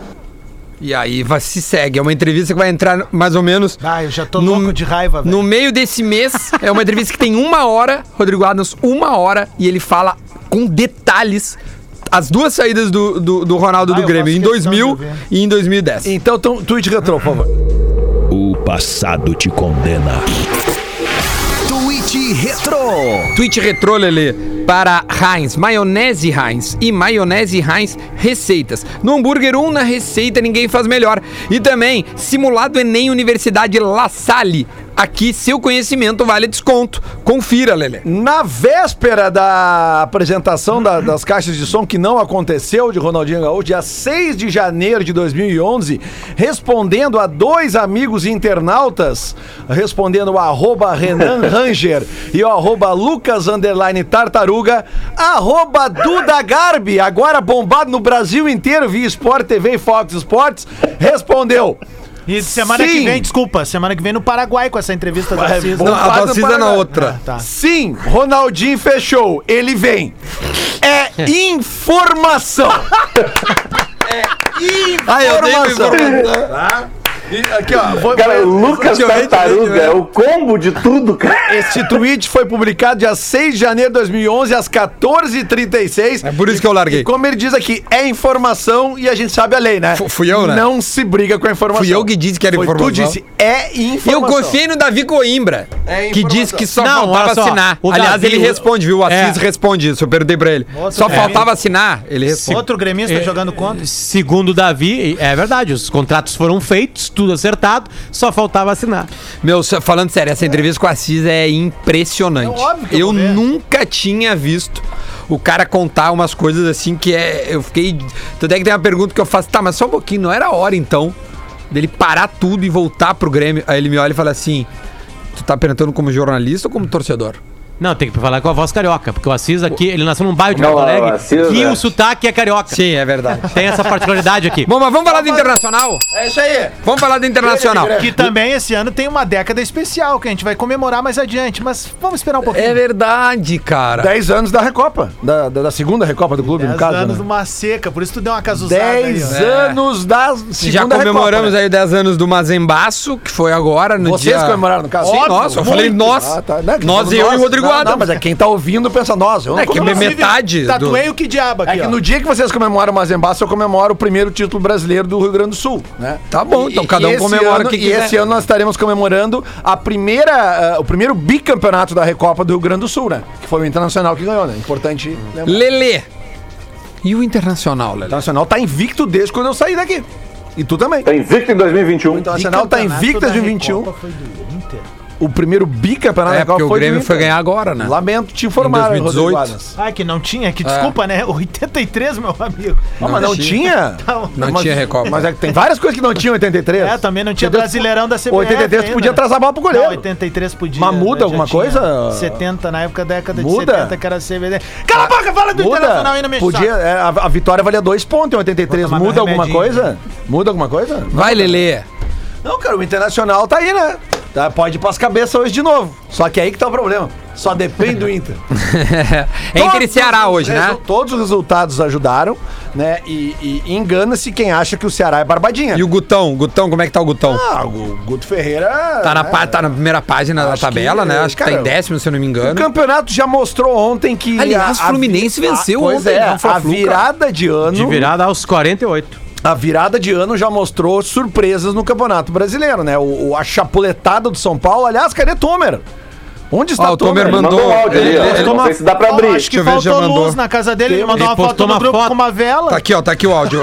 B: E aí vai, se segue. É uma entrevista que vai entrar mais ou menos.
F: Ah, eu já tô louco de raiva, velho.
B: No meio desse mês, é uma entrevista que tem uma hora, Rodrigo Adams, uma hora, e ele fala com detalhes as duas saídas do, do, do Ronaldo
F: Ah,
B: do
F: eu
B: Grêmio,
F: faço
B: em
F: questão de
B: 2000
F: ver.
B: e em 2010.
D: Então, tu- tweet retrô, por favor.
A: O passado te condena.
K: Tweet Retro.
B: Tweet retrô, Lelê, para Heinz, maionese Heinz e maionese Heinz receitas. No hambúrguer 1, na receita ninguém faz melhor. E também, simulado Enem Universidade La Salle. Aqui, seu conhecimento vale desconto. Confira, Lelê.
D: Na véspera da apresentação da- das caixas de som que não aconteceu de Ronaldinho Gaúcho, dia 6 de janeiro de 2011, respondendo a dois amigos internautas, respondendo o
F: *laughs*
D: arroba Renan Ranger e o arroba Lucas Underline Tartaruga, arroba Duda Garbi, agora bombado no Brasil inteiro via Sport TV e Fox Sports, respondeu...
F: E semana que
D: Sim.
F: vem, desculpa, semana que vem no Paraguai com essa entrevista né? da
D: É,
F: Cis.
D: bom,
B: Não, a
D: faz
B: da
D: o
B: Cisa na
D: Paraná.
B: outra.
F: Ah, tá.
D: Sim, Ronaldinho fechou. Ele vem.
B: *laughs*
D: É informação. é informação.
B: Ah, eu dei uma informação.
D: E Aqui, ó. Foi,
G: Cara,
D: foi-
G: o Lucas
D: esse tweet-
G: Tartaruga
A: né?
G: é o combo de tudo, cara.
D: Esse tweet foi publicado dia 6 de janeiro de 2011, às 14h36. É
B: por isso que eu larguei.
D: como ele diz aqui, é informação e a gente sabe a lei, né?
B: Fu- fui eu, né?
D: Não se briga com a informação.
B: Fui eu que disse que era
D: Foi
B: informação.
D: Tu disse, é
B: E eu
D: informação.
B: confiei no Davi Coimbra,
D: É
B: que
D: informação.
B: disse que só
E: Não,
B: faltava
E: olha só,
B: assinar.
E: o
B: Aliás,
E: Davi-
B: ele responde, viu? O
E: É.
B: Assis responde isso, eu perguntei pra ele.
F: Outro
B: só
F: Davi.
B: faltava assinar, ele responde.
F: Outro gremista jogando contra.
E: Segundo o Davi, é verdade, os contratos foram feitos, tudo acertado, só faltava assinar.
B: Meu, só- falando sério, essa entrevista com o Assis é impressionante.
F: É óbvio que eu
B: eu
F: vou ver.
B: nunca tinha visto o cara contar umas coisas assim que é. Eu fiquei. Tanto é que tem uma pergunta que eu faço, tá, mas só um pouquinho, não era a hora então dele parar tudo e voltar pro Grêmio. Aí ele me olha e fala assim: Tu tá perguntando como jornalista ou como torcedor?
E: Não, tem que falar com a voz carioca, porque o Assis aqui, ele nasceu num bairro de
G: Não,
E: Porto
G: o
E: Alegre
G: Assis,
E: e
G: né?
E: o sotaque é carioca.
B: Sim, é verdade.
E: Tem essa particularidade
G: *laughs*
E: aqui.
B: Bom, mas vamos falar do internacional?
D: É isso aí.
B: Vamos falar do internacional.
F: Que também esse ano tem uma década especial que a gente vai comemorar mais adiante, mas vamos esperar um pouquinho.
B: É verdade, cara.
D: 10 anos da Recopa. Da, da, da segunda Recopa do clube, no
F: Dez
D: caso.
F: anos
D: né?
F: numa seca, por isso tu deu uma casuzada aí, ó.
D: 10 anos da segunda
B: É. Já comemoramos
D: Recopa, né?
B: aí 10 anos do Mazembaço, que foi agora no dia...
D: Vocês comemoraram, no caso?
B: Sim,
D: Óbvio,
B: nós, eu
D: muito.
B: falei nós.
D: Ah, tá. Não, que
B: nós,
D: falando
B: eu e o Rodrigo
D: Não,
B: Adams.
D: Não, mas é quem tá ouvindo pensa nós. Eu não
B: É que
D: comemoro.
B: me- metade
F: Tatuei
B: do-
F: o que diabo
D: É
F: aqui,
D: que
F: ó.
D: no dia que vocês comemoram o Mazembaço, eu comemoro o primeiro título brasileiro do Rio Grande do Sul, né?
B: Tá bom, então cada um
D: esse
B: comemora
D: ano-
B: o que
D: E
B: quiser.
D: esse ano nós estaremos comemorando a primeira, ah, o primeiro bicampeonato da Recopa do Rio Grande do Sul, né? Que foi o Internacional que ganhou, né? Importante lembrar.
B: Lelê. E o Internacional,
D: O
B: Lelê?
D: Internacional tá invicto desde quando eu saí daqui. E tu também.
G: Tá invicto em 2021.
D: O Internacional tá
F: Campeonato
D: invicto desde
F: da
D: 2021.
F: Recopa foi do Inter.
D: O primeiro bicampeonato
B: É,
D: da Recopa
B: porque o
D: Tá, foi do
B: Grêmio
D: Inter.
B: foi ganhar agora, né?
D: Lamento te informar,
B: Em 2018.
D: Rodrigo Adams.
F: Ah, que não tinha, que desculpa, né? 83, meu amigo.
D: É. Não, mas
B: *laughs*
D: não tinha.
B: Não
D: mas,
B: tinha Recopa.
D: Mas é que tem várias coisas que não tinha em 83.
F: um- É, também não tinha
D: Entendeu?
F: Brasileirão da CBF.
D: 83
F: ainda. né? É,
D: podia atrasar a bola pro goleiro.
F: Não, 83 podia. né?
D: Mas muda
F: já
D: alguma
F: tinha
D: coisa?
F: 70, na época da década
D: Muda?
F: de 70, que era CBD. Cala a boca, fala do Internacional aí no meu
D: Podia,
F: saco.
D: é, a, a vitória valia dois pontos em 83.
F: Vou tomar
D: Muda
F: meu
D: alguma
F: remedinho.
D: coisa? Muda alguma coisa?
B: Vai, Lelê. É
D: Não, cara, o Internacional tá aí, né? Tá, pode ir pras cabeças hoje de novo. Só que aí que tá o problema. Só depende do Inter.
B: é entre
D: Todos
B: Ceará
D: os
B: hoje, né?
D: resu- Todos os resultados ajudaram, né? E, e engana-se quem acha que o Ceará é barbadinha.
B: E o Gutão? Gutão, como é que tá o Gutão?
D: Ah, o Guto Ferreira.
B: tá, na,
D: né?
B: pá- tá na primeira página da
D: Acho
B: tabela,
D: que,
B: né? Acho que tá
D: cara,
B: em décimo, se eu não me
D: O
B: engano.
D: campeonato já mostrou ontem que.
B: Aliás,
D: a- a
B: Fluminense
D: vi-
B: venceu
D: pois
B: ontem,
D: é,
B: né? Fla-Flu,
D: a virada de ano.
E: De virada aos 48.
D: A virada de ano já mostrou surpresas no Campeonato Brasileiro, né? O, o- a chapuletada do São Paulo. Aliás, cadê Tomer? Onde está
B: Ó, o Tomer
G: Ele mandou um áudio ali,
B: Ele-
G: ó.
B: ele-
G: Não sei se dá pra
F: Ó,
G: abrir.
F: Acho que
B: Deixa eu ver, já
F: faltou luz
B: mandou.
F: na casa dele, ele mandou
E: Ele
F: uma foto
E: postou
F: no
E: uma
F: grupo
E: foto.
F: com uma vela.
B: Tá aqui, ó, tá aqui o áudio.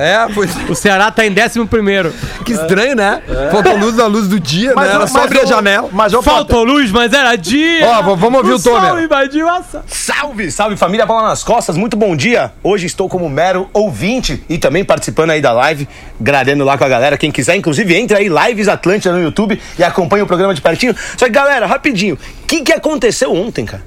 B: É, pois,
E: O Ceará tá em 11.
B: *laughs* que estranho, né? Faltou luz na luz do dia, né?
D: o-
B: Era só abrir a
D: o-
B: janela.
D: Mas o
E: Faltou luz, mas era dia.
B: Ó, v- vamos ouvir o
E: sol
B: Tomer.
E: invadiu a sa-
M: Salve, salve família Bola nas Costas, muito bom dia. Hoje estou como mero ouvinte e também participando aí da live, gradando lá com a galera. Quem quiser, inclusive, entra aí, Lives Atlântida no YouTube e acompanha o programa de pertinho. Só que, galera, rapidinho, o que, que aconteceu ontem, cara?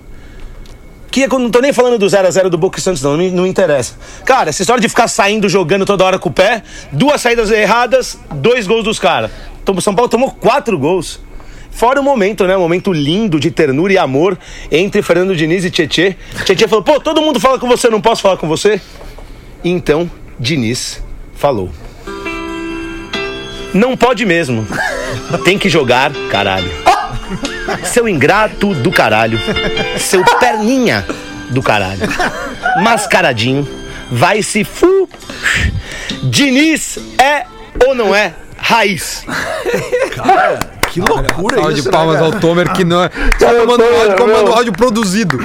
M: Que eu não tô nem falando do 0x0 do Boca e Santos, não, não, não interessa. Cara, essa história de ficar saindo, jogando toda hora com o pé, duas saídas erradas, dois gols dos caras. Então, o São Paulo tomou quatro gols. Fora o momento, né? Um momento lindo de ternura e amor entre Fernando Diniz e Tietê. Tietê falou: pô, todo mundo fala com você, eu não posso falar com você? Então, Diniz falou. Não pode mesmo. Tem que jogar, caralho. Seu ingrato do caralho. Seu perninha do caralho. Mascaradinho. Vai se fu. Diniz é ou não é raiz?
D: Que loucura
B: Salve
D: isso.
B: de
D: né,
B: palmas
D: cara?
B: ao Tomer que não. é- Só
G: Ô,
B: tomando
G: Tomer,
B: áudio, como
G: meu.
B: manda o áudio produzido.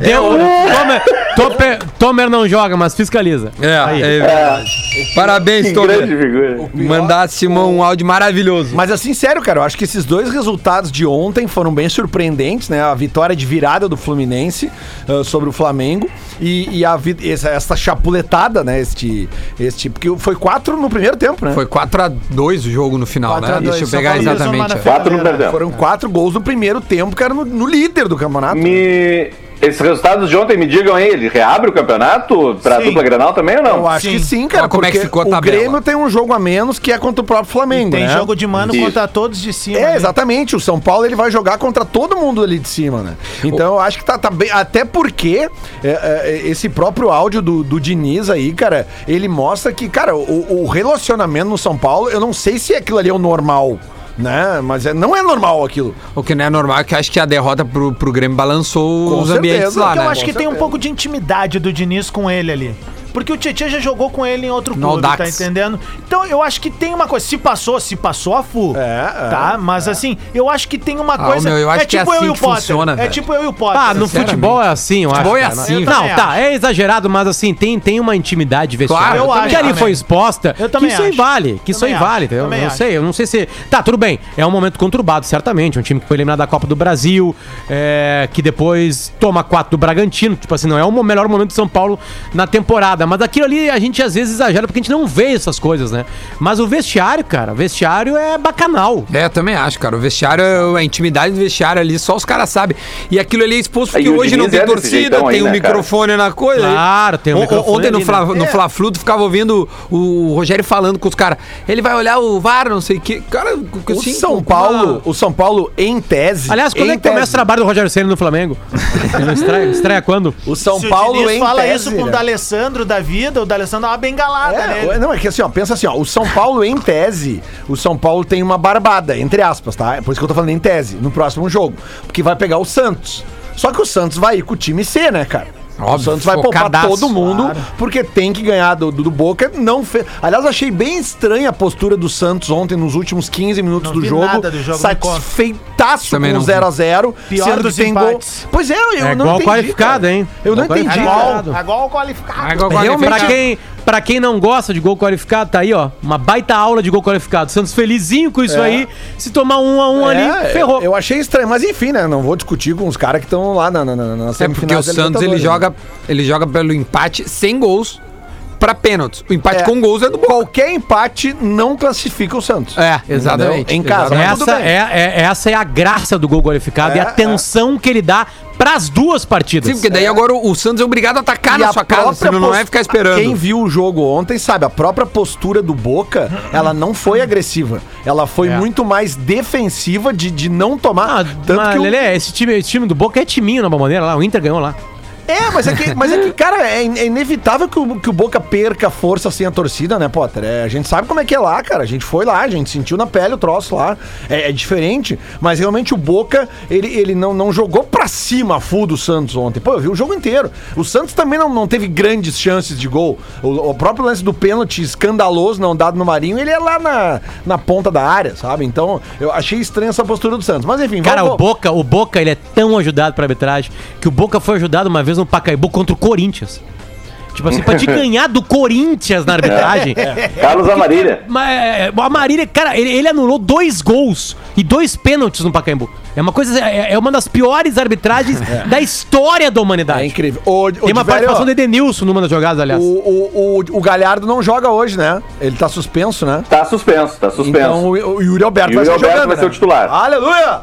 B: É
E: Deu. Tomer, Toper- Tomer não joga, mas fiscaliza.
B: É, é verdade. Parabéns,
G: Grande
B: Tomer.
G: figura.
B: Mandasse um áudio maravilhoso.
D: Mas assim, sério, cara, eu acho que esses dois resultados de ontem foram bem surpreendentes, né? A vitória de virada do Fluminense ah, sobre o Flamengo e, e a vi- essa, essa chapuletada, né? Este, este, porque foi quatro no primeiro tempo, né?
B: Foi 4x2 o jogo no final,
D: 4
B: né?
D: a 2,
B: Deixa eu
D: São
B: pegar
D: Paulo
F: precisou
B: exatamente.
F: mandar-
G: Quatro no perdão.
D: Foram quatro gols no primeiro tempo, cara, no, no líder do campeonato.
G: Me, Esses resultados de ontem me digam aí, ele reabre o campeonato pra
D: Sim.
G: dupla Grenal também ou não?
D: Eu acho que sim, cara. porque O Grêmio tem um jogo a menos que é contra o próprio Flamengo.
G: E tem
D: né?
G: jogo de mano Isso. contra
F: todos de cima. né?
D: É, exatamente. O São Paulo ele vai jogar contra todo mundo ali de cima, né? Então eu acho que tá, tá bem. Até porque é, é, esse próprio áudio do, do Diniz aí, cara, ele mostra que, cara, o, o relacionamento no São Paulo, eu não sei se aquilo ali é o normal. Né? Mas é, não é normal aquilo.
B: O que não é normal é que eu acho que a derrota pro, pro Grêmio balançou os ambientes lá,
F: Porque
B: né?
F: eu acho que tem um pouco de intimidade do Diniz com ele ali. Porque o Tietchan já jogou com ele em outro
B: No
F: clube,
B: Dax.
F: tá entendendo? Então eu acho que tem uma coisa. Se passou, se passou a fu.
D: É,
F: tá? Mas assim, eu acho que tem uma
B: Ah,
F: coisa.
B: meu, eu acho
F: é
B: que é
F: tipo eu
B: assim
F: e o
B: que
F: Potter.
B: funciona,
F: é
B: velho.
F: tipo eu e o Potter.
E: Ah, no futebol é assim, eu acho.
B: Futebol é
E: cara.
B: assim,
E: Não,
F: velho.
E: tá, é exagerado, mas assim, tem, tem uma intimidade vestiária.
F: Claro, eu
E: que
F: acho
E: ali
F: também.
E: foi exposta,
F: Eu
E: que
F: também
E: isso aí
F: acho.
E: vale, que isso aí
F: Também acho,
E: vale, entendeu? Eu
F: também
E: não
F: acho.
E: sei, eu não sei se... Tá, tudo bem, é um momento conturbado, certamente, um time que foi eliminado da Copa do Brasil, é, que depois toma quatro do Bragantino, tipo assim, não é o mo- melhor momento do São Paulo na temporada, mas aquilo ali a gente às vezes exagera, porque a gente não vê essas coisas, né? Mas o vestiário, cara, vestiário é bacanal.
B: É, eu também acho, cara. O vestiário, a intimidade do vestiário ali, só os caras sabem. E aquilo ali é exposto porque
E: E o
B: hoje
E: Diniz
B: não tem
E: é desse
B: torcida,
E: jeitão
B: tem
E: aí,
B: um
E: né, cara?
B: microfone na coisa.
E: Claro, tem um
B: O- o-
E: microfone
B: Ontem no
E: ali,
B: Fla,
E: né?
B: no
E: É.
B: Fla Flu, tu ficava ouvindo o Rogério falando com os caras. Ele vai olhar o VAR, não sei o quê. Cara,
D: O São Paulo, o São Paulo em tese.
E: Aliás, quando
D: em
E: é que começa o
D: tese,
E: trabalho do Rogério Ceni
F: *laughs*
E: no Flamengo? Ele estreia, estreia quando?
D: O São
F: Se o
D: Paulo
F: Diniz
D: em
F: fala
D: tese,
F: isso com o
D: né?
F: D'Alessandro da vida, o D'Alessandro dá uma bengalada, né?
D: É, não, é que assim, ó, pensa assim, ó, o São Paulo em tese, o São Paulo tem uma barbada, entre aspas, tá? É por isso que eu tô falando em tese, no próximo jogo, porque vai pegar o Santos. Só que o Santos vai ir com o time C, né, cara? o
B: Óbvio,
D: Santos vai poupar
B: focadaço.
D: todo mundo, porque tem que ganhar do, do, do Boca. Não fez. Aliás, achei bem estranha a postura do Santos ontem, nos últimos 15 minutos
F: Não
D: do
F: vi
D: jogo.
F: nada do jogo, não conta.
D: satisfeitaço
B: Também
D: com
B: não vi.
D: 0x0.
F: Pior dos empates.
D: Pois é, eu
E: É
D: não
E: igual
D: entendi.
E: qualificado,
D: cara.
E: hein?
D: Eu não
E: Igual
D: entendi.
E: qualificado.
D: cara.
F: Agora É o qualificado.
E: Realmente,
B: é.
E: pra
D: quem-
E: quem, pra quem não gosta de gol qualificado, tá aí, ó. Uma baita aula de gol qualificado. Santos felizinho com isso
D: É.
E: aí. Se tomar um a um
D: É,
E: ali, ferrou.
D: Eu achei estranho, mas enfim, né? Não vou discutir com os caras que estão lá na, na, na, na
B: É porque
D: semifinal
B: o
D: da
B: Santos ele
D: Libertadores, né?
B: joga, ele joga pelo empate sem gols pra pênaltis. O empate
D: É.
B: com gols é do Boca.
D: Qualquer empate não classifica o Santos.
B: É, exatamente.
D: Entendeu? Em casa,
B: Exatamente.
D: mas tá tudo
E: Essa
D: bem. É,
E: é, é- essa é a graça do gol qualificado e a tensão que ele dá pras duas partidas.
B: Sim, porque daí agora o o Santos é obrigado a atacar
D: E
B: na
D: a
B: sua casa,
D: própria
B: senão não é
D: post-
B: ficar esperando.
D: Quem viu o jogo ontem sabe, a própria postura do Boca, ela não foi agressiva. Ela
B: É.
D: foi muito mais defensiva de, de não
E: Ah,
D: tomar. tanto
E: Mas,
D: que o-
E: Lelê, esse time, esse time do Boca é timinho na bomboneira lá. O Inter ganhou lá.
D: É, mas é que,
E: *laughs*
D: mas é que cara, é, in- é inevitável que o, que o Boca perca força sem a torcida, né, Potter? É, a gente sabe como é que é lá, cara. A gente foi lá, a gente sentiu na pele o troço lá. É, é diferente, mas realmente o Boca, ele, ele não, não jogou pra cima a full do Santos ontem. Pô, eu vi o jogo inteiro. O Santos também não, não teve grandes chances de gol. O, o próprio lance do pênalti escandaloso não dado no Marinho, ele é lá na, na ponta da área, sabe? Então, eu achei estranha essa postura do Santos. Mas enfim,
E: Cara,
D: vamos-
E: o Boca, o Boca, ele é tão ajudado pra arbitragem que o Boca foi ajudado uma vez no Pacaembu contra o Corinthians. Tipo assim, pra
D: *laughs*
E: te ganhar do Corinthians na arbitragem.
D: É.
G: Carlos Amarília.
E: Mas, é, o Amarília, cara, ele, ele anulou dois gols e dois pênaltis no Pacaembu. É uma coisa, é, é uma das piores arbitragens da história da humanidade. É
D: incrível. O,
E: Tem uma
D: Diverio,
E: participação
D: ó.
E: do Edenilson numa das jogadas, aliás.
D: O, o, o, o Galhardo não joga hoje, né? Ele tá suspenso, né?
G: Tá suspenso, tá suspenso.
D: Então o, o Yuri Alberto vai
G: Yuri
D: ser
G: Alberto
D: jogando,
G: vai ser
D: né?
G: o titular.
D: Aleluia!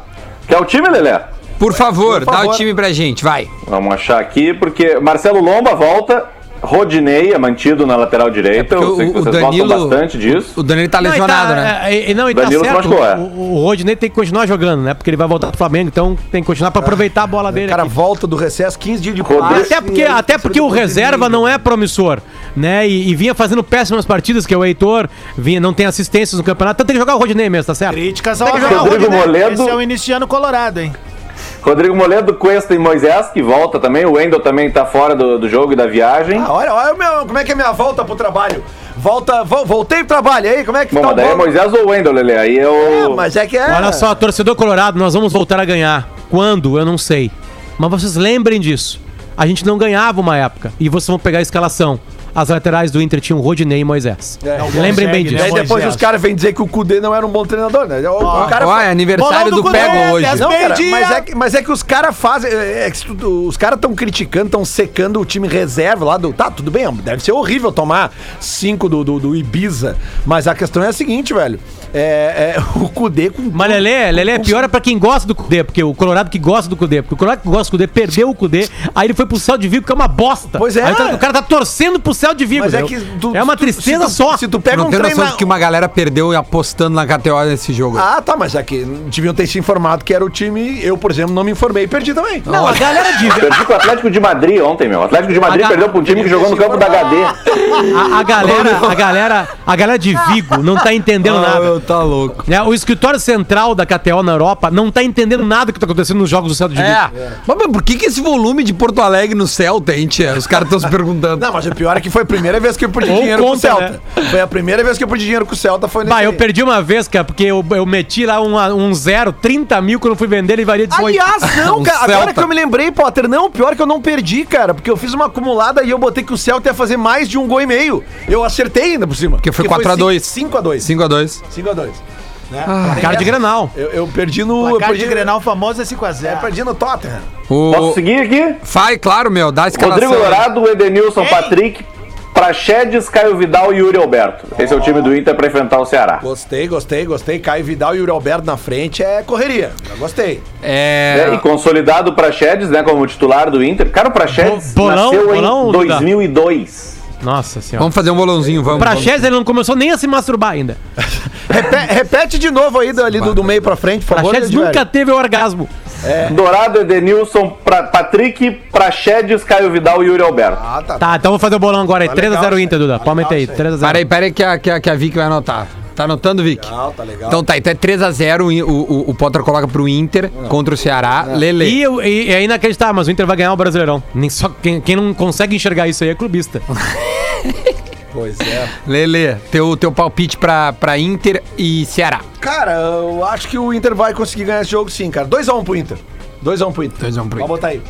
G: Quer é o time, Lelé?
B: Por favor,
G: Por favor.
B: dá o time pra gente, vai.
G: Vamos achar aqui, porque Marcelo Lomba volta, Rodinei é mantido na lateral direita.
D: É
G: eu sei que vocês gostam bastante disso.
B: O Danilo tá
E: Não, ele
B: lesionado, né?
E: é, é, é, não, ele
G: Danilo
E: tá certo.
G: machucou, é.
E: O, o Rodinei tem que continuar jogando, né? Porque ele vai voltar pro Flamengo, então tem que continuar pra aproveitar a bola dele.
D: O cara volta do recesso, 15 dias de
E: Ah, até porque,
C: é
E: até porque o reserva não é promissor, né? E, e vinha fazendo péssimas partidas, que é o Heitor, vinha, não tem assistências no campeonato, então tem que jogar o Rodinei mesmo, tá certo?
F: Críticas ao
E: tem que jogar o
F: Arnaldo,
E: Rodinei.
G: Rodrigo Moledo.
F: Esse é o iniciando colorado, hein?
G: Rodrigo Moledo, Cuesta e Moisés, que volta também. O Wendel também tá fora do, do jogo e da viagem.
D: Ah, olha, olha o meu, como é que é minha volta pro trabalho. Volta, vo, voltei pro trabalho, e aí como é que
G: Bom,
D: tá o
G: mas daí é um-
D: bolo?
G: Moisés ou Wendel, Lelê? Aí eu.
D: É, mas é que é...
E: Olha só, torcedor colorado, nós vamos voltar a ganhar. Quando? Eu não sei. Mas vocês lembrem disso. A gente não ganhava uma época. E vocês vão pegar a escalação. as laterais do Inter tinham Rodinei e Moisés.
D: É.
E: Lembrem bem disso.
F: né,
D: E aí depois os caras vêm dizer que o Cudê não era um bom treinador, né? O,
B: Ó,
D: o cara
B: ó, é aniversário Bolão do do Cudê, Pego
F: né?
B: hoje. dez
D: Não, cara,
B: meio-dia.
D: mas, é que, mas é que os caras fazem. é que se tu- os caras estão criticando, estão secando o time reserva lá do. Tá, tudo bem, deve ser horrível tomar cinco do, do, do Ibiza. Mas a questão é a seguinte, velho. É, *laughs* é, o Cudê com.
E: Mas Lelê, Lelê é pior é pra quem gosta do Cudê, porque o Colorado que gosta do Cudê, porque o Colorado que gosta do Cudê perdeu o Cudê, aí ele foi pro céu de Vigo, que é uma bosta. Pois
D: é.
E: o cara tá torcendo pro céu de Vigo.
D: Mas é
E: entendeu?
D: que tu-
E: é uma
D: se tu-
E: tristeza
D: se tu-
E: só.
D: se tu pega
B: Não
D: um
B: tem noção
D: treina-
B: de que uma galera perdeu apostando na KTO nesse jogo.
D: Ah, tá, mas é que deviam ter se informado que era o time. Eu, por exemplo, não me informei e perdi também.
E: Não, a galera
D: *laughs*
E: de.
G: Perdi pro Atlético de Madrid ontem, meu. O Atlético de Madrid
E: H-
G: perdeu pro time que jogou no campo da HD.
E: A, a galera, a galera, a galera de Vigo não tá entendendo nada.
B: Tá louco.
E: Né, o escritório central da KTO na Europa não tá entendendo nada que tá acontecendo nos jogos do Celta de Vigo.
B: É. Mas, mas por que, que esse volume de Porto Alegre no céu tem, tia? Os caras *laughs* estão se perguntando.
D: Não, mas o pior é que foi a primeira vez que eu perdi
E: Ou
D: dinheiro com o
E: conta, né?
D: Celta. Foi a primeira vez que eu perdi dinheiro com o Celta, foi nesse
E: Bah, eu
D: aí.
E: perdi uma vez, cara, porque eu, eu meti lá um, um zero, 30 mil, quando eu fui vender ele valia 18.
D: Aliás, não,
E: Um
D: cara. Agora
E: Celta.
D: que eu me lembrei, Potter, não, pior que eu não perdi, cara, porque eu fiz uma acumulada e eu botei que o Celta ia fazer mais de um gol e meio. Eu acertei ainda por cima.
B: Porque foi 4x2.
D: 5x2.
B: 5x2.
D: 5x2. Né?
E: Ah, cara de Grenal.
D: Eu, eu perdi no. Eu
F: Placar
D: perdi,
F: de Grenal famoso é 5x0.
D: eu perdi no Tottenham.
B: O...
G: Posso seguir aqui?
B: Vai, claro, meu. Dá a escalação.
G: Rodrigo Dourado, Edenilson, Patrick, Praxedes, Caio Vidal e Yuri Alberto. Esse é o time do Inter pra enfrentar o Ceará.
D: Gostei, gostei, gostei. Caio Vidal e Yuri Alberto na frente é correria. Eu gostei.
B: É...
G: É, e consolidado o Praxedes, né, como titular do Inter. Cara, o Praxedes
E: Bo- bolão,
G: nasceu
E: bolão,
G: em
E: Duda?
G: 2002.
E: Nossa senhora.
B: Vamos fazer um bolãozinho, vamos.
E: Pra Chess, ele não começou nem a se masturbar ainda.
D: Repe- repete de novo aí do- ali do, do meio pra frente, por
E: Pra
D: favor.
E: Chess
D: Edvelho.
E: nunca teve orgasmo.
G: Dourado, Edenilson, pra, Patrick, Praxedes, Caio Vidal e Yuri Alberto.
D: Ah, tá.
E: Tá, então vou fazer o bolão agora aí.
D: Tá
E: 3x0
D: legal,
E: Inter, Duda. Pode meter aí. 3x0.
B: Peraí, peraí que a, que, a, que a Vicky vai anotar. Tá anotando, Vic?
D: Legal, tá legal.
B: Então tá, então é 3x0 o, o, o Potter coloca pro Inter contra o Ceará. Lele.
E: E, eu- e, e é inacreditável, mas o Inter vai ganhar o Brasileirão. Nem só, quem, quem não consegue enxergar isso aí é clubista.
D: Pois é.
B: Lele, teu, teu palpite pra, pra Inter e Ceará.
D: Cara, eu acho que o Inter vai conseguir ganhar esse jogo sim, cara. 2x1 pro Inter. 2x1 pro Inter.
B: 2x1 pro
D: Pode
B: Inter.
D: botar aí.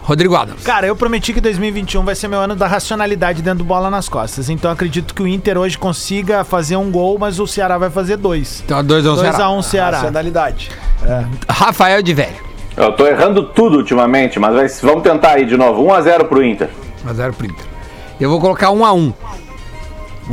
B: Rodrigo Adams.
F: Cara, eu prometi que 2021 vai ser meu ano da racionalidade dentro do bola nas costas. Então eu acredito que o Inter hoje consiga fazer um gol, mas o Ceará vai fazer dois.
B: Então 2x1 Ceará.
E: Ah,
F: 2x1 Ceará.
D: Nacionalidade.
B: Rafael de Velho.
G: Eu tô errando tudo ultimamente, mas vai- vamos tentar aí de novo. 1x0 pro Inter.
B: 1x0 pro Inter. Eu vou colocar 1x1.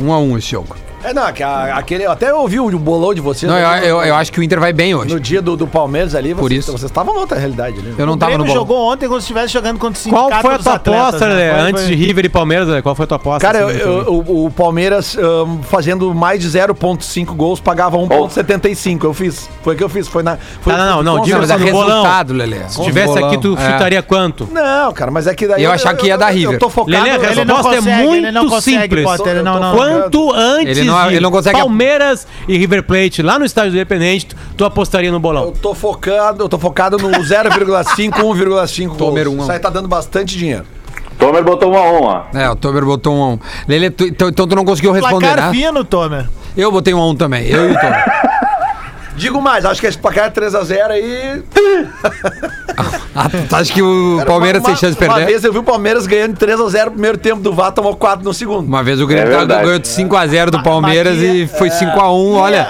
B: 1x1 esse jogo.
D: É, não, que a- aquele, eu até ouvi o bolão de vocês
B: Não,
D: ali no,
B: eu, eu, eu acho que o Inter vai bem
D: no
B: hoje.
D: dia do, do Palmeiras ali.
B: Por
D: vocês-
B: isso.
D: Vocês estavam outra realidade ali. né?
B: Eu não
F: o
B: tava no
F: Grêmio
B: bolão.
F: jogou ontem como se estivesse jogando contra o
E: Qual
F: sindicato
E: foi a
F: dos
E: tua
F: atletas,
E: aposta,
F: né?
E: Lelê?
F: Foi-
E: Antes
F: foi-
E: de River e Palmeiras, Lelê, qual foi a tua aposta?
D: Cara, eu-
E: assim,
D: eu- o, o Palmeiras ahn, fazendo mais de 0,5 gols pagava 1,75. Eu fiz. Foi o que eu fiz. Foi na. Foi
B: Ah,
E: Não, não, não, não,
D: com
E: diga só
D: certeza.
E: no bolão.
B: é resultado, Lelê.
E: Se tivesse aqui, tu
B: É,
F: É.
E: chutaria quanto?
D: Não, cara, mas é que daí.
B: Eu achava que ia dar River.
D: Eu tô focado.
E: Lelê, a
D: eu tô-
F: não
E: resposta é
F: consegue, ele não
E: muito
F: consegue,
E: simples.
F: Potter, ele não- é- não-
E: Quanto antes
B: Ele não-
E: de
B: ele não consegue-
E: Palmeiras e River Plate lá no estádio do Independente, tu- tu apostaria no
D: Eu
E: bolão.
D: tô focado, eu tô focado no 0,5, 1,5 gols.
B: Tomer um a um.
D: Isso aí tá dando bastante dinheiro.
G: Tomer botou 1x1, ó.
B: É, o Tomer botou um a um. Lele, tu- então, então tu não conseguiu responder,
F: Placar
B: né?
F: fino, Tomer.
B: Eu botei um a um também. Eu e o Tomer.
D: Digo mais, acho que esse placar é 3x0 aí.
B: Ah, tu acha que o Palmeiras
D: Uma-
B: tem chance de
D: Uma
B: perder?
D: vez eu vi o Palmeiras ganhando 3x0 no primeiro tempo do VAR, tomou 4 no segundo.
B: Uma vez o Grêmio
G: É
B: tava-
G: verdade.
B: ganhou de 5x0 do Palmeiras
F: mas que-
B: e foi 5x1. Olha,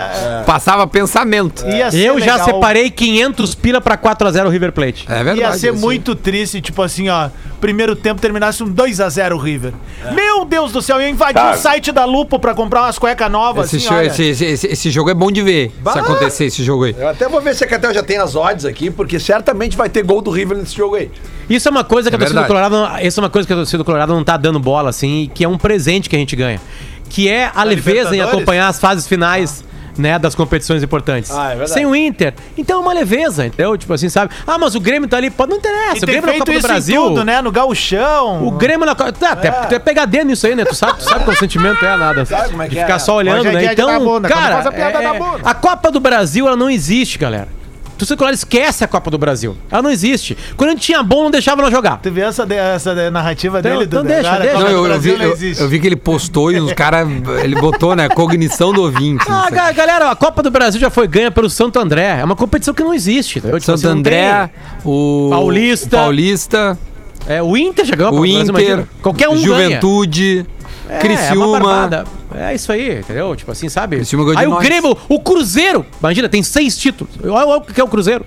B: passava pensamento.
F: Ia ser
E: Eu já
F: legal.
E: separei 500 pila pra 4x0 o River Plate.
B: É verdade.
F: Ia ser
B: assim.
F: muito triste, tipo assim, ó. Primeiro tempo terminasse um 2x0 o River. Meu Deus do céu, eu invadi
G: Tá.
F: o site da Lupo pra comprar umas cuecas novas.
B: Esse,
F: Assim,
B: show-
F: olha.
B: esse- esse- esse- esse jogo é bom de ver. Se
D: Bah!
B: acontecer esse jogo aí.
D: Eu até vou ver se a Catel já tem as odds aqui, porque certamente vai ter gol do River nesse jogo aí.
E: Isso é uma coisa que
B: É
E: a torcida do
B: verdade.
E: Colorado, não- isso é uma coisa que a torcida do Colorado não tá dando bola assim, e que é um presente que a gente ganha, que é
F: Tá
E: a leveza em
D: Libertadores?
E: acompanhar as fases finais. Né, das competições importantes.
D: Ah, é verdade.
E: Sem o Inter. Então é uma leveza, entendeu? Tipo assim, sabe? Ah, mas o Grêmio tá ali. Pode... Não interessa.
F: E
E: o
F: tem
E: Grêmio na
F: feito
E: Copa do
F: isso
E: Brasil.
F: em tudo, né? No gauchão.
E: O Grêmio na Copa. Tá, até tu é pegadinha nisso aí, né? Tu sabe, tu sabe qual sentimento é nada.
D: Sabe como é que
E: de
D: é,
E: ficar
D: né?
E: só olhando,
F: Hoje é
E: né?
F: dia de
E: Então,
F: dar bunda, quando
E: cara,
F: faz a piada,
E: é-
F: dá bunda.
E: a Copa do Brasil ela não existe, galera. Tu circular esquece a Copa do Brasil. Ela não existe. Quando a gente tinha bom, não deixava ela jogar.
F: Tu viu essa, de- essa de- narrativa
E: Então-
F: dele,
E: então
F: Duda?
E: deixa,
F: Cara,
E: deixa.
F: a
B: Não,
F: Copa
B: eu,
F: do
B: eu vi,
F: Brasil não
B: eu-
F: existe.
B: eu vi que ele postou e os caras. Ele botou, né? Cognição do ouvinte. não
E: Ah,
B: sei.
E: ga- galera, a Copa do Brasil já foi ganha pelo Santo André. É uma competição que não existe. entendeu? tá? Tipo
B: Santo
E: assim, não
B: André,
E: tem-
B: o
E: Paulista.
B: o Paulista.
E: É, o Inter já ganhou a Copa
B: O
E: do Brasil,
B: Inter,
E: imagina. Qualquer um
B: Juventude,
E: ganha. É, uma
B: Criciúma.
E: barbada. é isso aí, entendeu? Tipo assim, sabe?
B: Criciúma ganhou de
E: Aí o
B: nós.
E: Grêmio, o Cruzeiro, imagina, tem seis títulos. Olha olha o que é o Cruzeiro.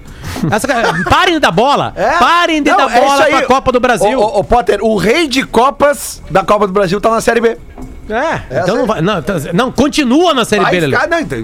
E: Essa cara- *laughs* parem de dar bola. Parem de
D: Não,
E: dar
D: é
E: bola
D: isso aí.
E: pra Copa do Brasil.
D: Ô, ô, ô, Potter, o rei de Copas da Copa do Brasil tá na Série B.
E: É, então não vai. Não, então- não, continua na Série
D: Vai
E: B, Lelê.
D: ficar, não, então,
E: É,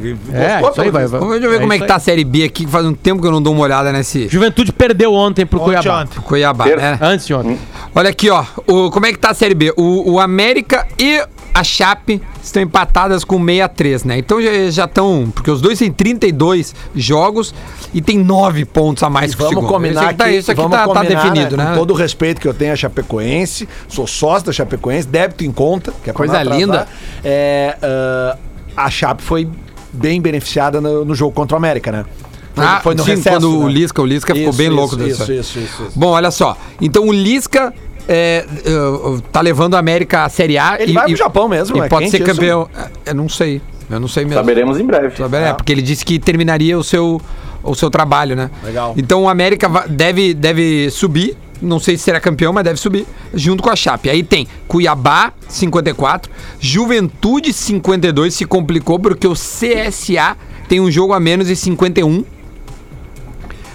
D: gostou,
E: isso aí, vai, vai.
B: Vamos ver como é que
E: isso
B: tá a
E: aí.
B: Série B aqui, que faz um tempo que eu não dou uma olhada nesse
E: Juventude perdeu ontem pro Cuiabá.
F: ontem.
B: Cuiabá, né?
E: Antes de ontem.
B: Olha aqui, ó. O, como é que tá a Série B? O, o América e a Chape estão empatadas com 63, né? Então já- já estão. Porque os dois têm 32 jogos e tem 9 pontos a mais que o
D: Vamos
B: segundo.
D: combinar
B: isso aqui, tá,
D: que-
B: isso aqui
D: vamos
B: tá, tá
D: combinar,
B: definido, né?
D: Com todo o respeito que eu tenho à Chapecoense, sou sócio da Chapecoense, débito em conta, que é pra
B: Coisa
D: não atrasar.
B: linda.
D: É, ah, a Chape foi bem beneficiada no, no jogo contra o América, né? Foi,
B: Ah,
D: foi no
B: sim,
D: recesso,
B: quando o
D: né?
B: Lisca, o Lisca ficou
D: Isso,
B: bem
D: isso,
B: louco
D: isso,
B: disso. aí.
D: isso, isso, isso.
B: Bom, olha só. Então o Lisca é, eh, tá levando a América à Série A.
D: Ele vai pro Japão mesmo,
B: e
D: é
B: pode
D: quente
B: ser
D: isso. Tá
B: campeão. É, Eu não sei. Eu não sei mesmo.
G: Saberemos em breve.
B: Sabe, é, porque ele disse que terminaria o seu, o seu trabalho, né?
D: Legal.
B: Então o América va- deve, deve subir. Não sei se será campeão, mas deve subir junto com a Chape. Aí tem Cuiabá, 54, Juventude, 52. Se complicou porque o CSA tem um jogo a menos e 51.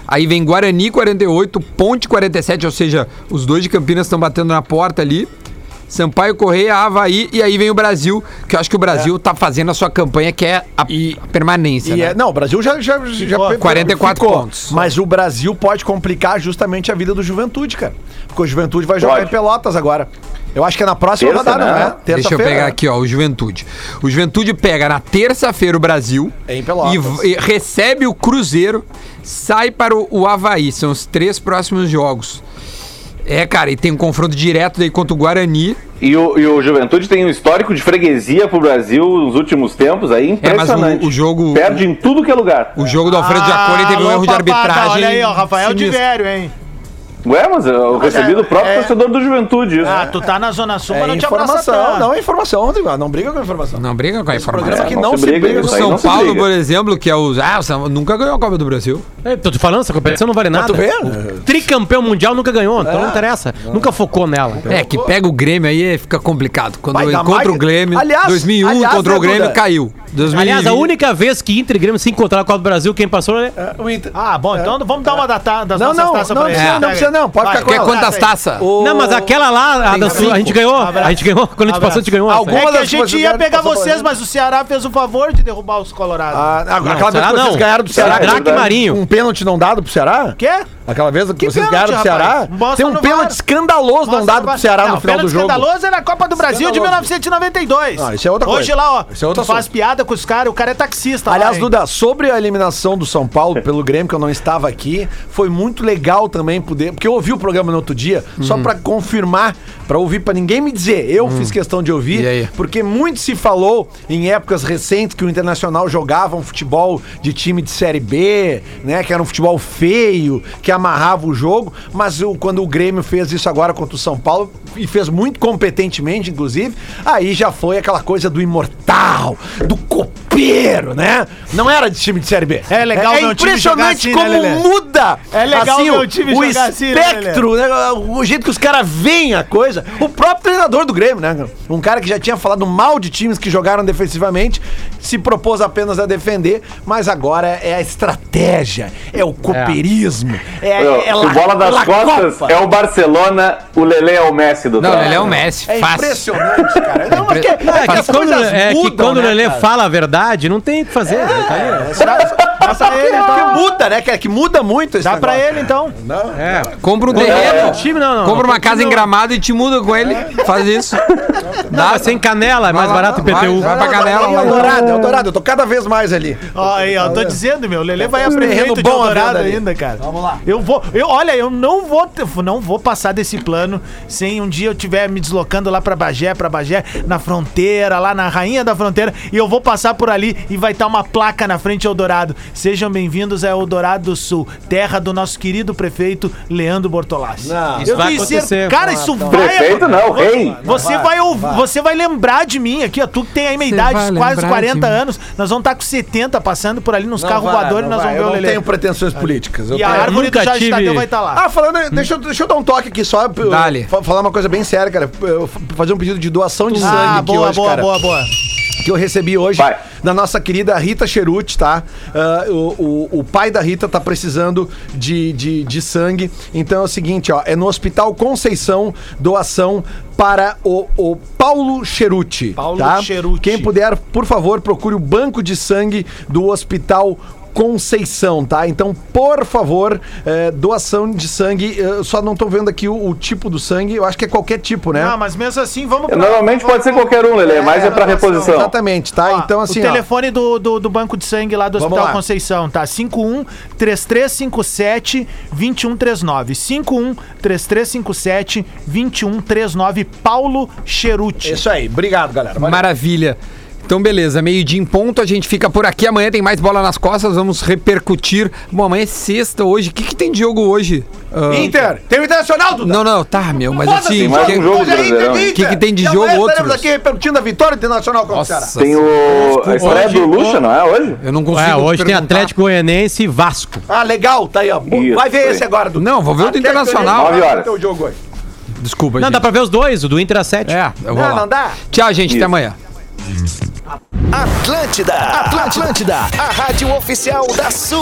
B: Aí vem Guarani 48, Ponte 47, ou seja, os dois de Campinas estão batendo na porta ali. Sampaio Correia, Havaí, e aí vem o Brasil, que eu acho que o Brasil tá fazendo a sua campanha, que é a a permanência.
D: É. E
B: né?
D: é- não, o Brasil já, já, já
B: Ficou. 44
D: ficou.
B: pontos.
D: Mas o Brasil pode complicar justamente a vida do Juventude, cara. Porque o Juventude vai jogar
G: Pode.
D: em Pelotas agora. Eu acho que é na próxima
G: Terça,
D: rodada, não
G: né?
D: é?
B: Deixa eu
D: Terça-feira,
B: pegar
D: né?
B: aqui, ó, o Juventude. O Juventude pega na terça-feira o Brasil.
D: É em Pelotas.
B: E, v- e recebe o Cruzeiro, sai para o, o Havaí. São os três próximos jogos. É, cara, e tem um confronto direto daí contra o Guarani.
G: E o, e o Juventude tem um histórico de freguesia pro Brasil nos últimos tempos aí,
B: É, mas o-
G: impressionante.
B: o jogo-
G: Perde em tudo que é lugar.
B: O jogo do
F: Ah,
B: Alfredo Jacone teve um
F: Alô,
B: erro de
F: papada,
B: arbitragem.
F: tá, Olha aí, ó, Rafael de
B: sinistro.
F: Vério, hein?
G: Ué, mas eu recebi do próprio
F: é-
G: torcedor do Juventude. isso.
F: Ah, tu tá na Zona Sul,
D: É
F: mas não te abraça
D: informação,
F: tanto.
D: não é informação, Rodrigo. Não briga com a informação.
B: Não briga com a
D: programa
B: informação.
D: aqui
G: É,
D: não
G: não se
D: se
G: briga,
D: briga.
B: O
G: isso aí.
D: com-
B: São
G: não se
B: Paulo,
G: briga.
B: por exemplo, que é os. Ah, o São- nunca ganhou a Copa do Brasil.
E: É, tô te falando, essa competição não vale nada.
D: tu vê?
E: O tricampeão mundial nunca ganhou, então não interessa. Nunca focou nela.
B: É, que pega o Grêmio aí fica complicado. Quando
D: Vai dar
B: encontra
D: mais-
B: o Grêmio.
D: Aliás-
B: 2001
D: aliás,
B: encontrou
D: né,
B: o Grêmio
D: Duda?
B: e caiu. 2020,
E: Aliás, a única vez que Inter e Grêmio se encontraram na Copa do Brasil, quem passou é.
D: O Inter-
F: Ah, bom, então vamos dar uma data das
D: Não,
F: nossas
D: não,
F: taças
D: não
F: pra ele.
D: precisa,
F: É.
D: não precisa não, pode
F: Vai,
D: ficar com
B: Ah, Quer
D: ela.
B: quantas taças?
D: O-
E: Não, mas aquela lá, a, da Sul, a gente ganhou. A gente ganhou. Quando a gente passou, a gente ganhou. essa aí.
D: Alguma-
F: É que a
D: das
F: gente
D: coisas
F: ia
D: que
F: pegar
D: passou
F: vocês,
D: pra
F: mas o Ceará fez o favor de derrubar os colorados.
D: Ah, agora,
E: Não,
D: aquela vez
E: Ceará
D: que vocês
E: não.
D: ganharam do Ceará.
E: Drac
D: um-
E: Marinho.
D: Um pênalti não dado pro Ceará?
F: Quê?
D: Aquela vez que, vocês
F: pênalti,
D: ganharam do Ceará?
F: rapaz? Mostra
D: Tem um
F: no VAR.
D: pênalti escandaloso não dado pro Ceará no final do jogo.
F: escandaloso era a é Copa do Brasil de
D: Escandaloso.
F: 1992.
D: Não, isso é outra
F: Hoje
D: coisa.
F: lá, ó,
D: Isso é outra
F: tu faz
D: coisa.
F: piada com os caras, o cara é taxista.
D: Aliás,
F: lá, hein?
D: Duda, sobre a eliminação do São Paulo pelo Grêmio, que eu não estava aqui, foi muito legal também poder. Porque eu ouvi o programa no outro dia, só para confirmar, para ouvir, para ninguém me dizer. Eu fiz questão de
B: E aí?
D: ouvir, porque muito se falou em épocas recentes que o Internacional jogava um futebol de time de Série B, né? Que era um futebol feio, que amarrava o jogo. Mas o- quando o Grêmio fez isso agora contra o São Paulo, e fez muito competentemente, inclusive, aí já foi aquela coisa do imortal, do copeiro, né? Não era de time de Série B.
F: É legal
D: É,
F: meu time jogar
D: impressionante
F: assim, né,
D: como
F: Lelê?
D: muda
F: É legal
D: assim,
F: meu
D: o,
F: time
D: o
F: jogar assim, né,
D: espectro, né, o jeito que os caras veem a coisa. O próprio treinador do Grêmio, né? Um cara que já tinha falado mal de times que jogaram defensivamente, se propôs apenas a defender, mas agora é a estratégia, é o copeirismo, é, é,
G: Meu,
D: é
G: o
D: la-
G: bola das
D: la
G: costas
D: Copa.
G: é o Barcelona, o Lelê é o Messi do
B: Não,
G: troço.
B: ele é o Messi.
D: É
B: fácil.
D: impressionante, cara. Não, mas que, é,
E: É
D: que
E: que
D: as
E: quando,
D: coisas
E: é que
D: mudam,
E: quando
D: né,
E: o Lelê
D: cara?
E: fala a verdade, não tem o que fazer. ele tá ali.
D: Essa é ele, que muda, né, cara? Que muda muito esse
F: Dá pra
D: negócio,
F: ele, então.
D: Não,
E: É.
B: Compra um
E: É,
B: terreno.
E: time não, não.
B: Compra uma
E: Não,
B: casa em gramado e te muda com ele. Faz isso.
E: Dá sem canela, é mais
B: lá,
E: barato o
B: vai,
E: PTU.
B: vai pra canela.
D: É o
B: vai.
D: Dourado, é o Dourado. Eu tô cada vez mais ali.
F: Ó, aí, ó, tô dizendo, meu, o Lelê vai a
D: terreno
F: prefeito de
D: bom
F: Eldorado
D: a venda ali.
F: ainda, cara. Vamos lá. Eu vou, eu, olha, eu não vou, te- não vou passar desse plano sem um dia eu estiver me deslocando lá pra Bagé, pra Bagé, na tá fronteira, lá na rainha da fronteira, e eu vou passar por ali e vai estar uma placa na frente ao Eldorado. Sejam bem-vindos a Eldorado do Sul, terra do nosso querido prefeito Leandro Bortolassi.
M: Não.
F: eu
M: Isso vai
F: tenho certeza-
M: acontecer.
F: Cara,
M: Ah,
F: isso
M: tá.
G: então.
F: vai
M: Prefeito não, rei.
F: Você
M: Vai,
F: vai, ouvir-
M: vai.
F: você vai lembrar de mim aqui, ó. Tu que tem aí minha
M: Você
F: idade,
M: vai
F: quase
M: lembrar
F: 40
M: de mim.
F: anos. Nós vamos estar com 70 passando por ali nos
D: Não
F: carros
D: vai,
F: voadores e
D: não
F: nós vamos
D: vai.
F: ver
D: Eu
F: o
D: não
F: Lelê.
D: tenho pretensões políticas. eu
F: E a
D: tenho-
F: árvore do Jorge Tadeu vai estar lá.
D: Ah, falando, deixa, eu- deixa eu dar um toque aqui só. pra eu- fa- Falar uma coisa bem séria, cara. Eu f- fazer um pedido de doação de
F: Ah,
D: sangue aqui
F: boa,
D: hoje,
F: boa,
D: cara.
F: boa, boa.
D: Que eu recebi hoje da nossa querida Rita Cheruti, tá? Ah, o, o, o pai da Rita tá precisando de, de, de sangue. Então é o seguinte, ó. É no Hospital Conceição, doação para o, o Paulo Cheruti. Paulo
F: Cheruti.
D: Quem puder, por favor, procure o banco de sangue do Hospital Conceição, tá? Então, por favor, eh, doação de sangue. Eu só não tô vendo aqui o, o tipo do sangue. Eu acho que é qualquer tipo, né?
F: Não, mas mesmo assim, vamos
G: Normalmente pode ser qualquer um, Lelê, mas é pra reposição.
D: Exatamente, tá? então, assim.
F: o
D: ó,
F: telefone do, do, do banco de sangue lá do
D: Vamos
F: Hospital
D: lá.
F: Conceição, tá? 51 3357 2139. 51 3357 2139 Paulo Cheruti.
D: Isso aí, obrigado, galera.
B: Maravilha. Então, beleza, meio-dia em ponto, a gente fica por aqui. Amanhã tem mais bola nas costas, vamos repercutir. Bom, amanhã é sexta hoje. O que, que tem de jogo hoje? Ah,
D: Inter! Tem o Internacional, Duda!
B: Não, não, tá, meu, mas
D: Foda-se,
B: assim.
D: foda-se,
B: que-
E: um
D: hoje é Inter,
B: O que,
D: Inter.
B: que tem de
D: E
B: jogo
D: amanhã
B: outro?
D: Estaremos aqui repercutindo a vitória internacional contra o Ceará.
G: Tem o. A
E: Desculpa,
G: estreia do
E: hoje-
G: Lucha, não é hoje?
B: Eu não
E: É, hoje tem Atlético Goianiense e Vasco.
D: Ah, legal, tá aí, ó.
E: Isso,
D: Vai ver
E: foi.
D: esse agora, Duda.
B: Não, vou ver o do
D: Atlético
B: Internacional. Nove
D: Goianiense, vai
B: horas.
D: ter o jogo hoje.
B: Desculpa,
E: Não,
B: gente.
E: dá pra ver os dois, o do Inter às 7.
B: É, eu vou
E: Não,
B: lá.
E: não dá.
B: Tchau, gente, até amanhã.
K: Atlântida, Atlântida, a rádio oficial da sua.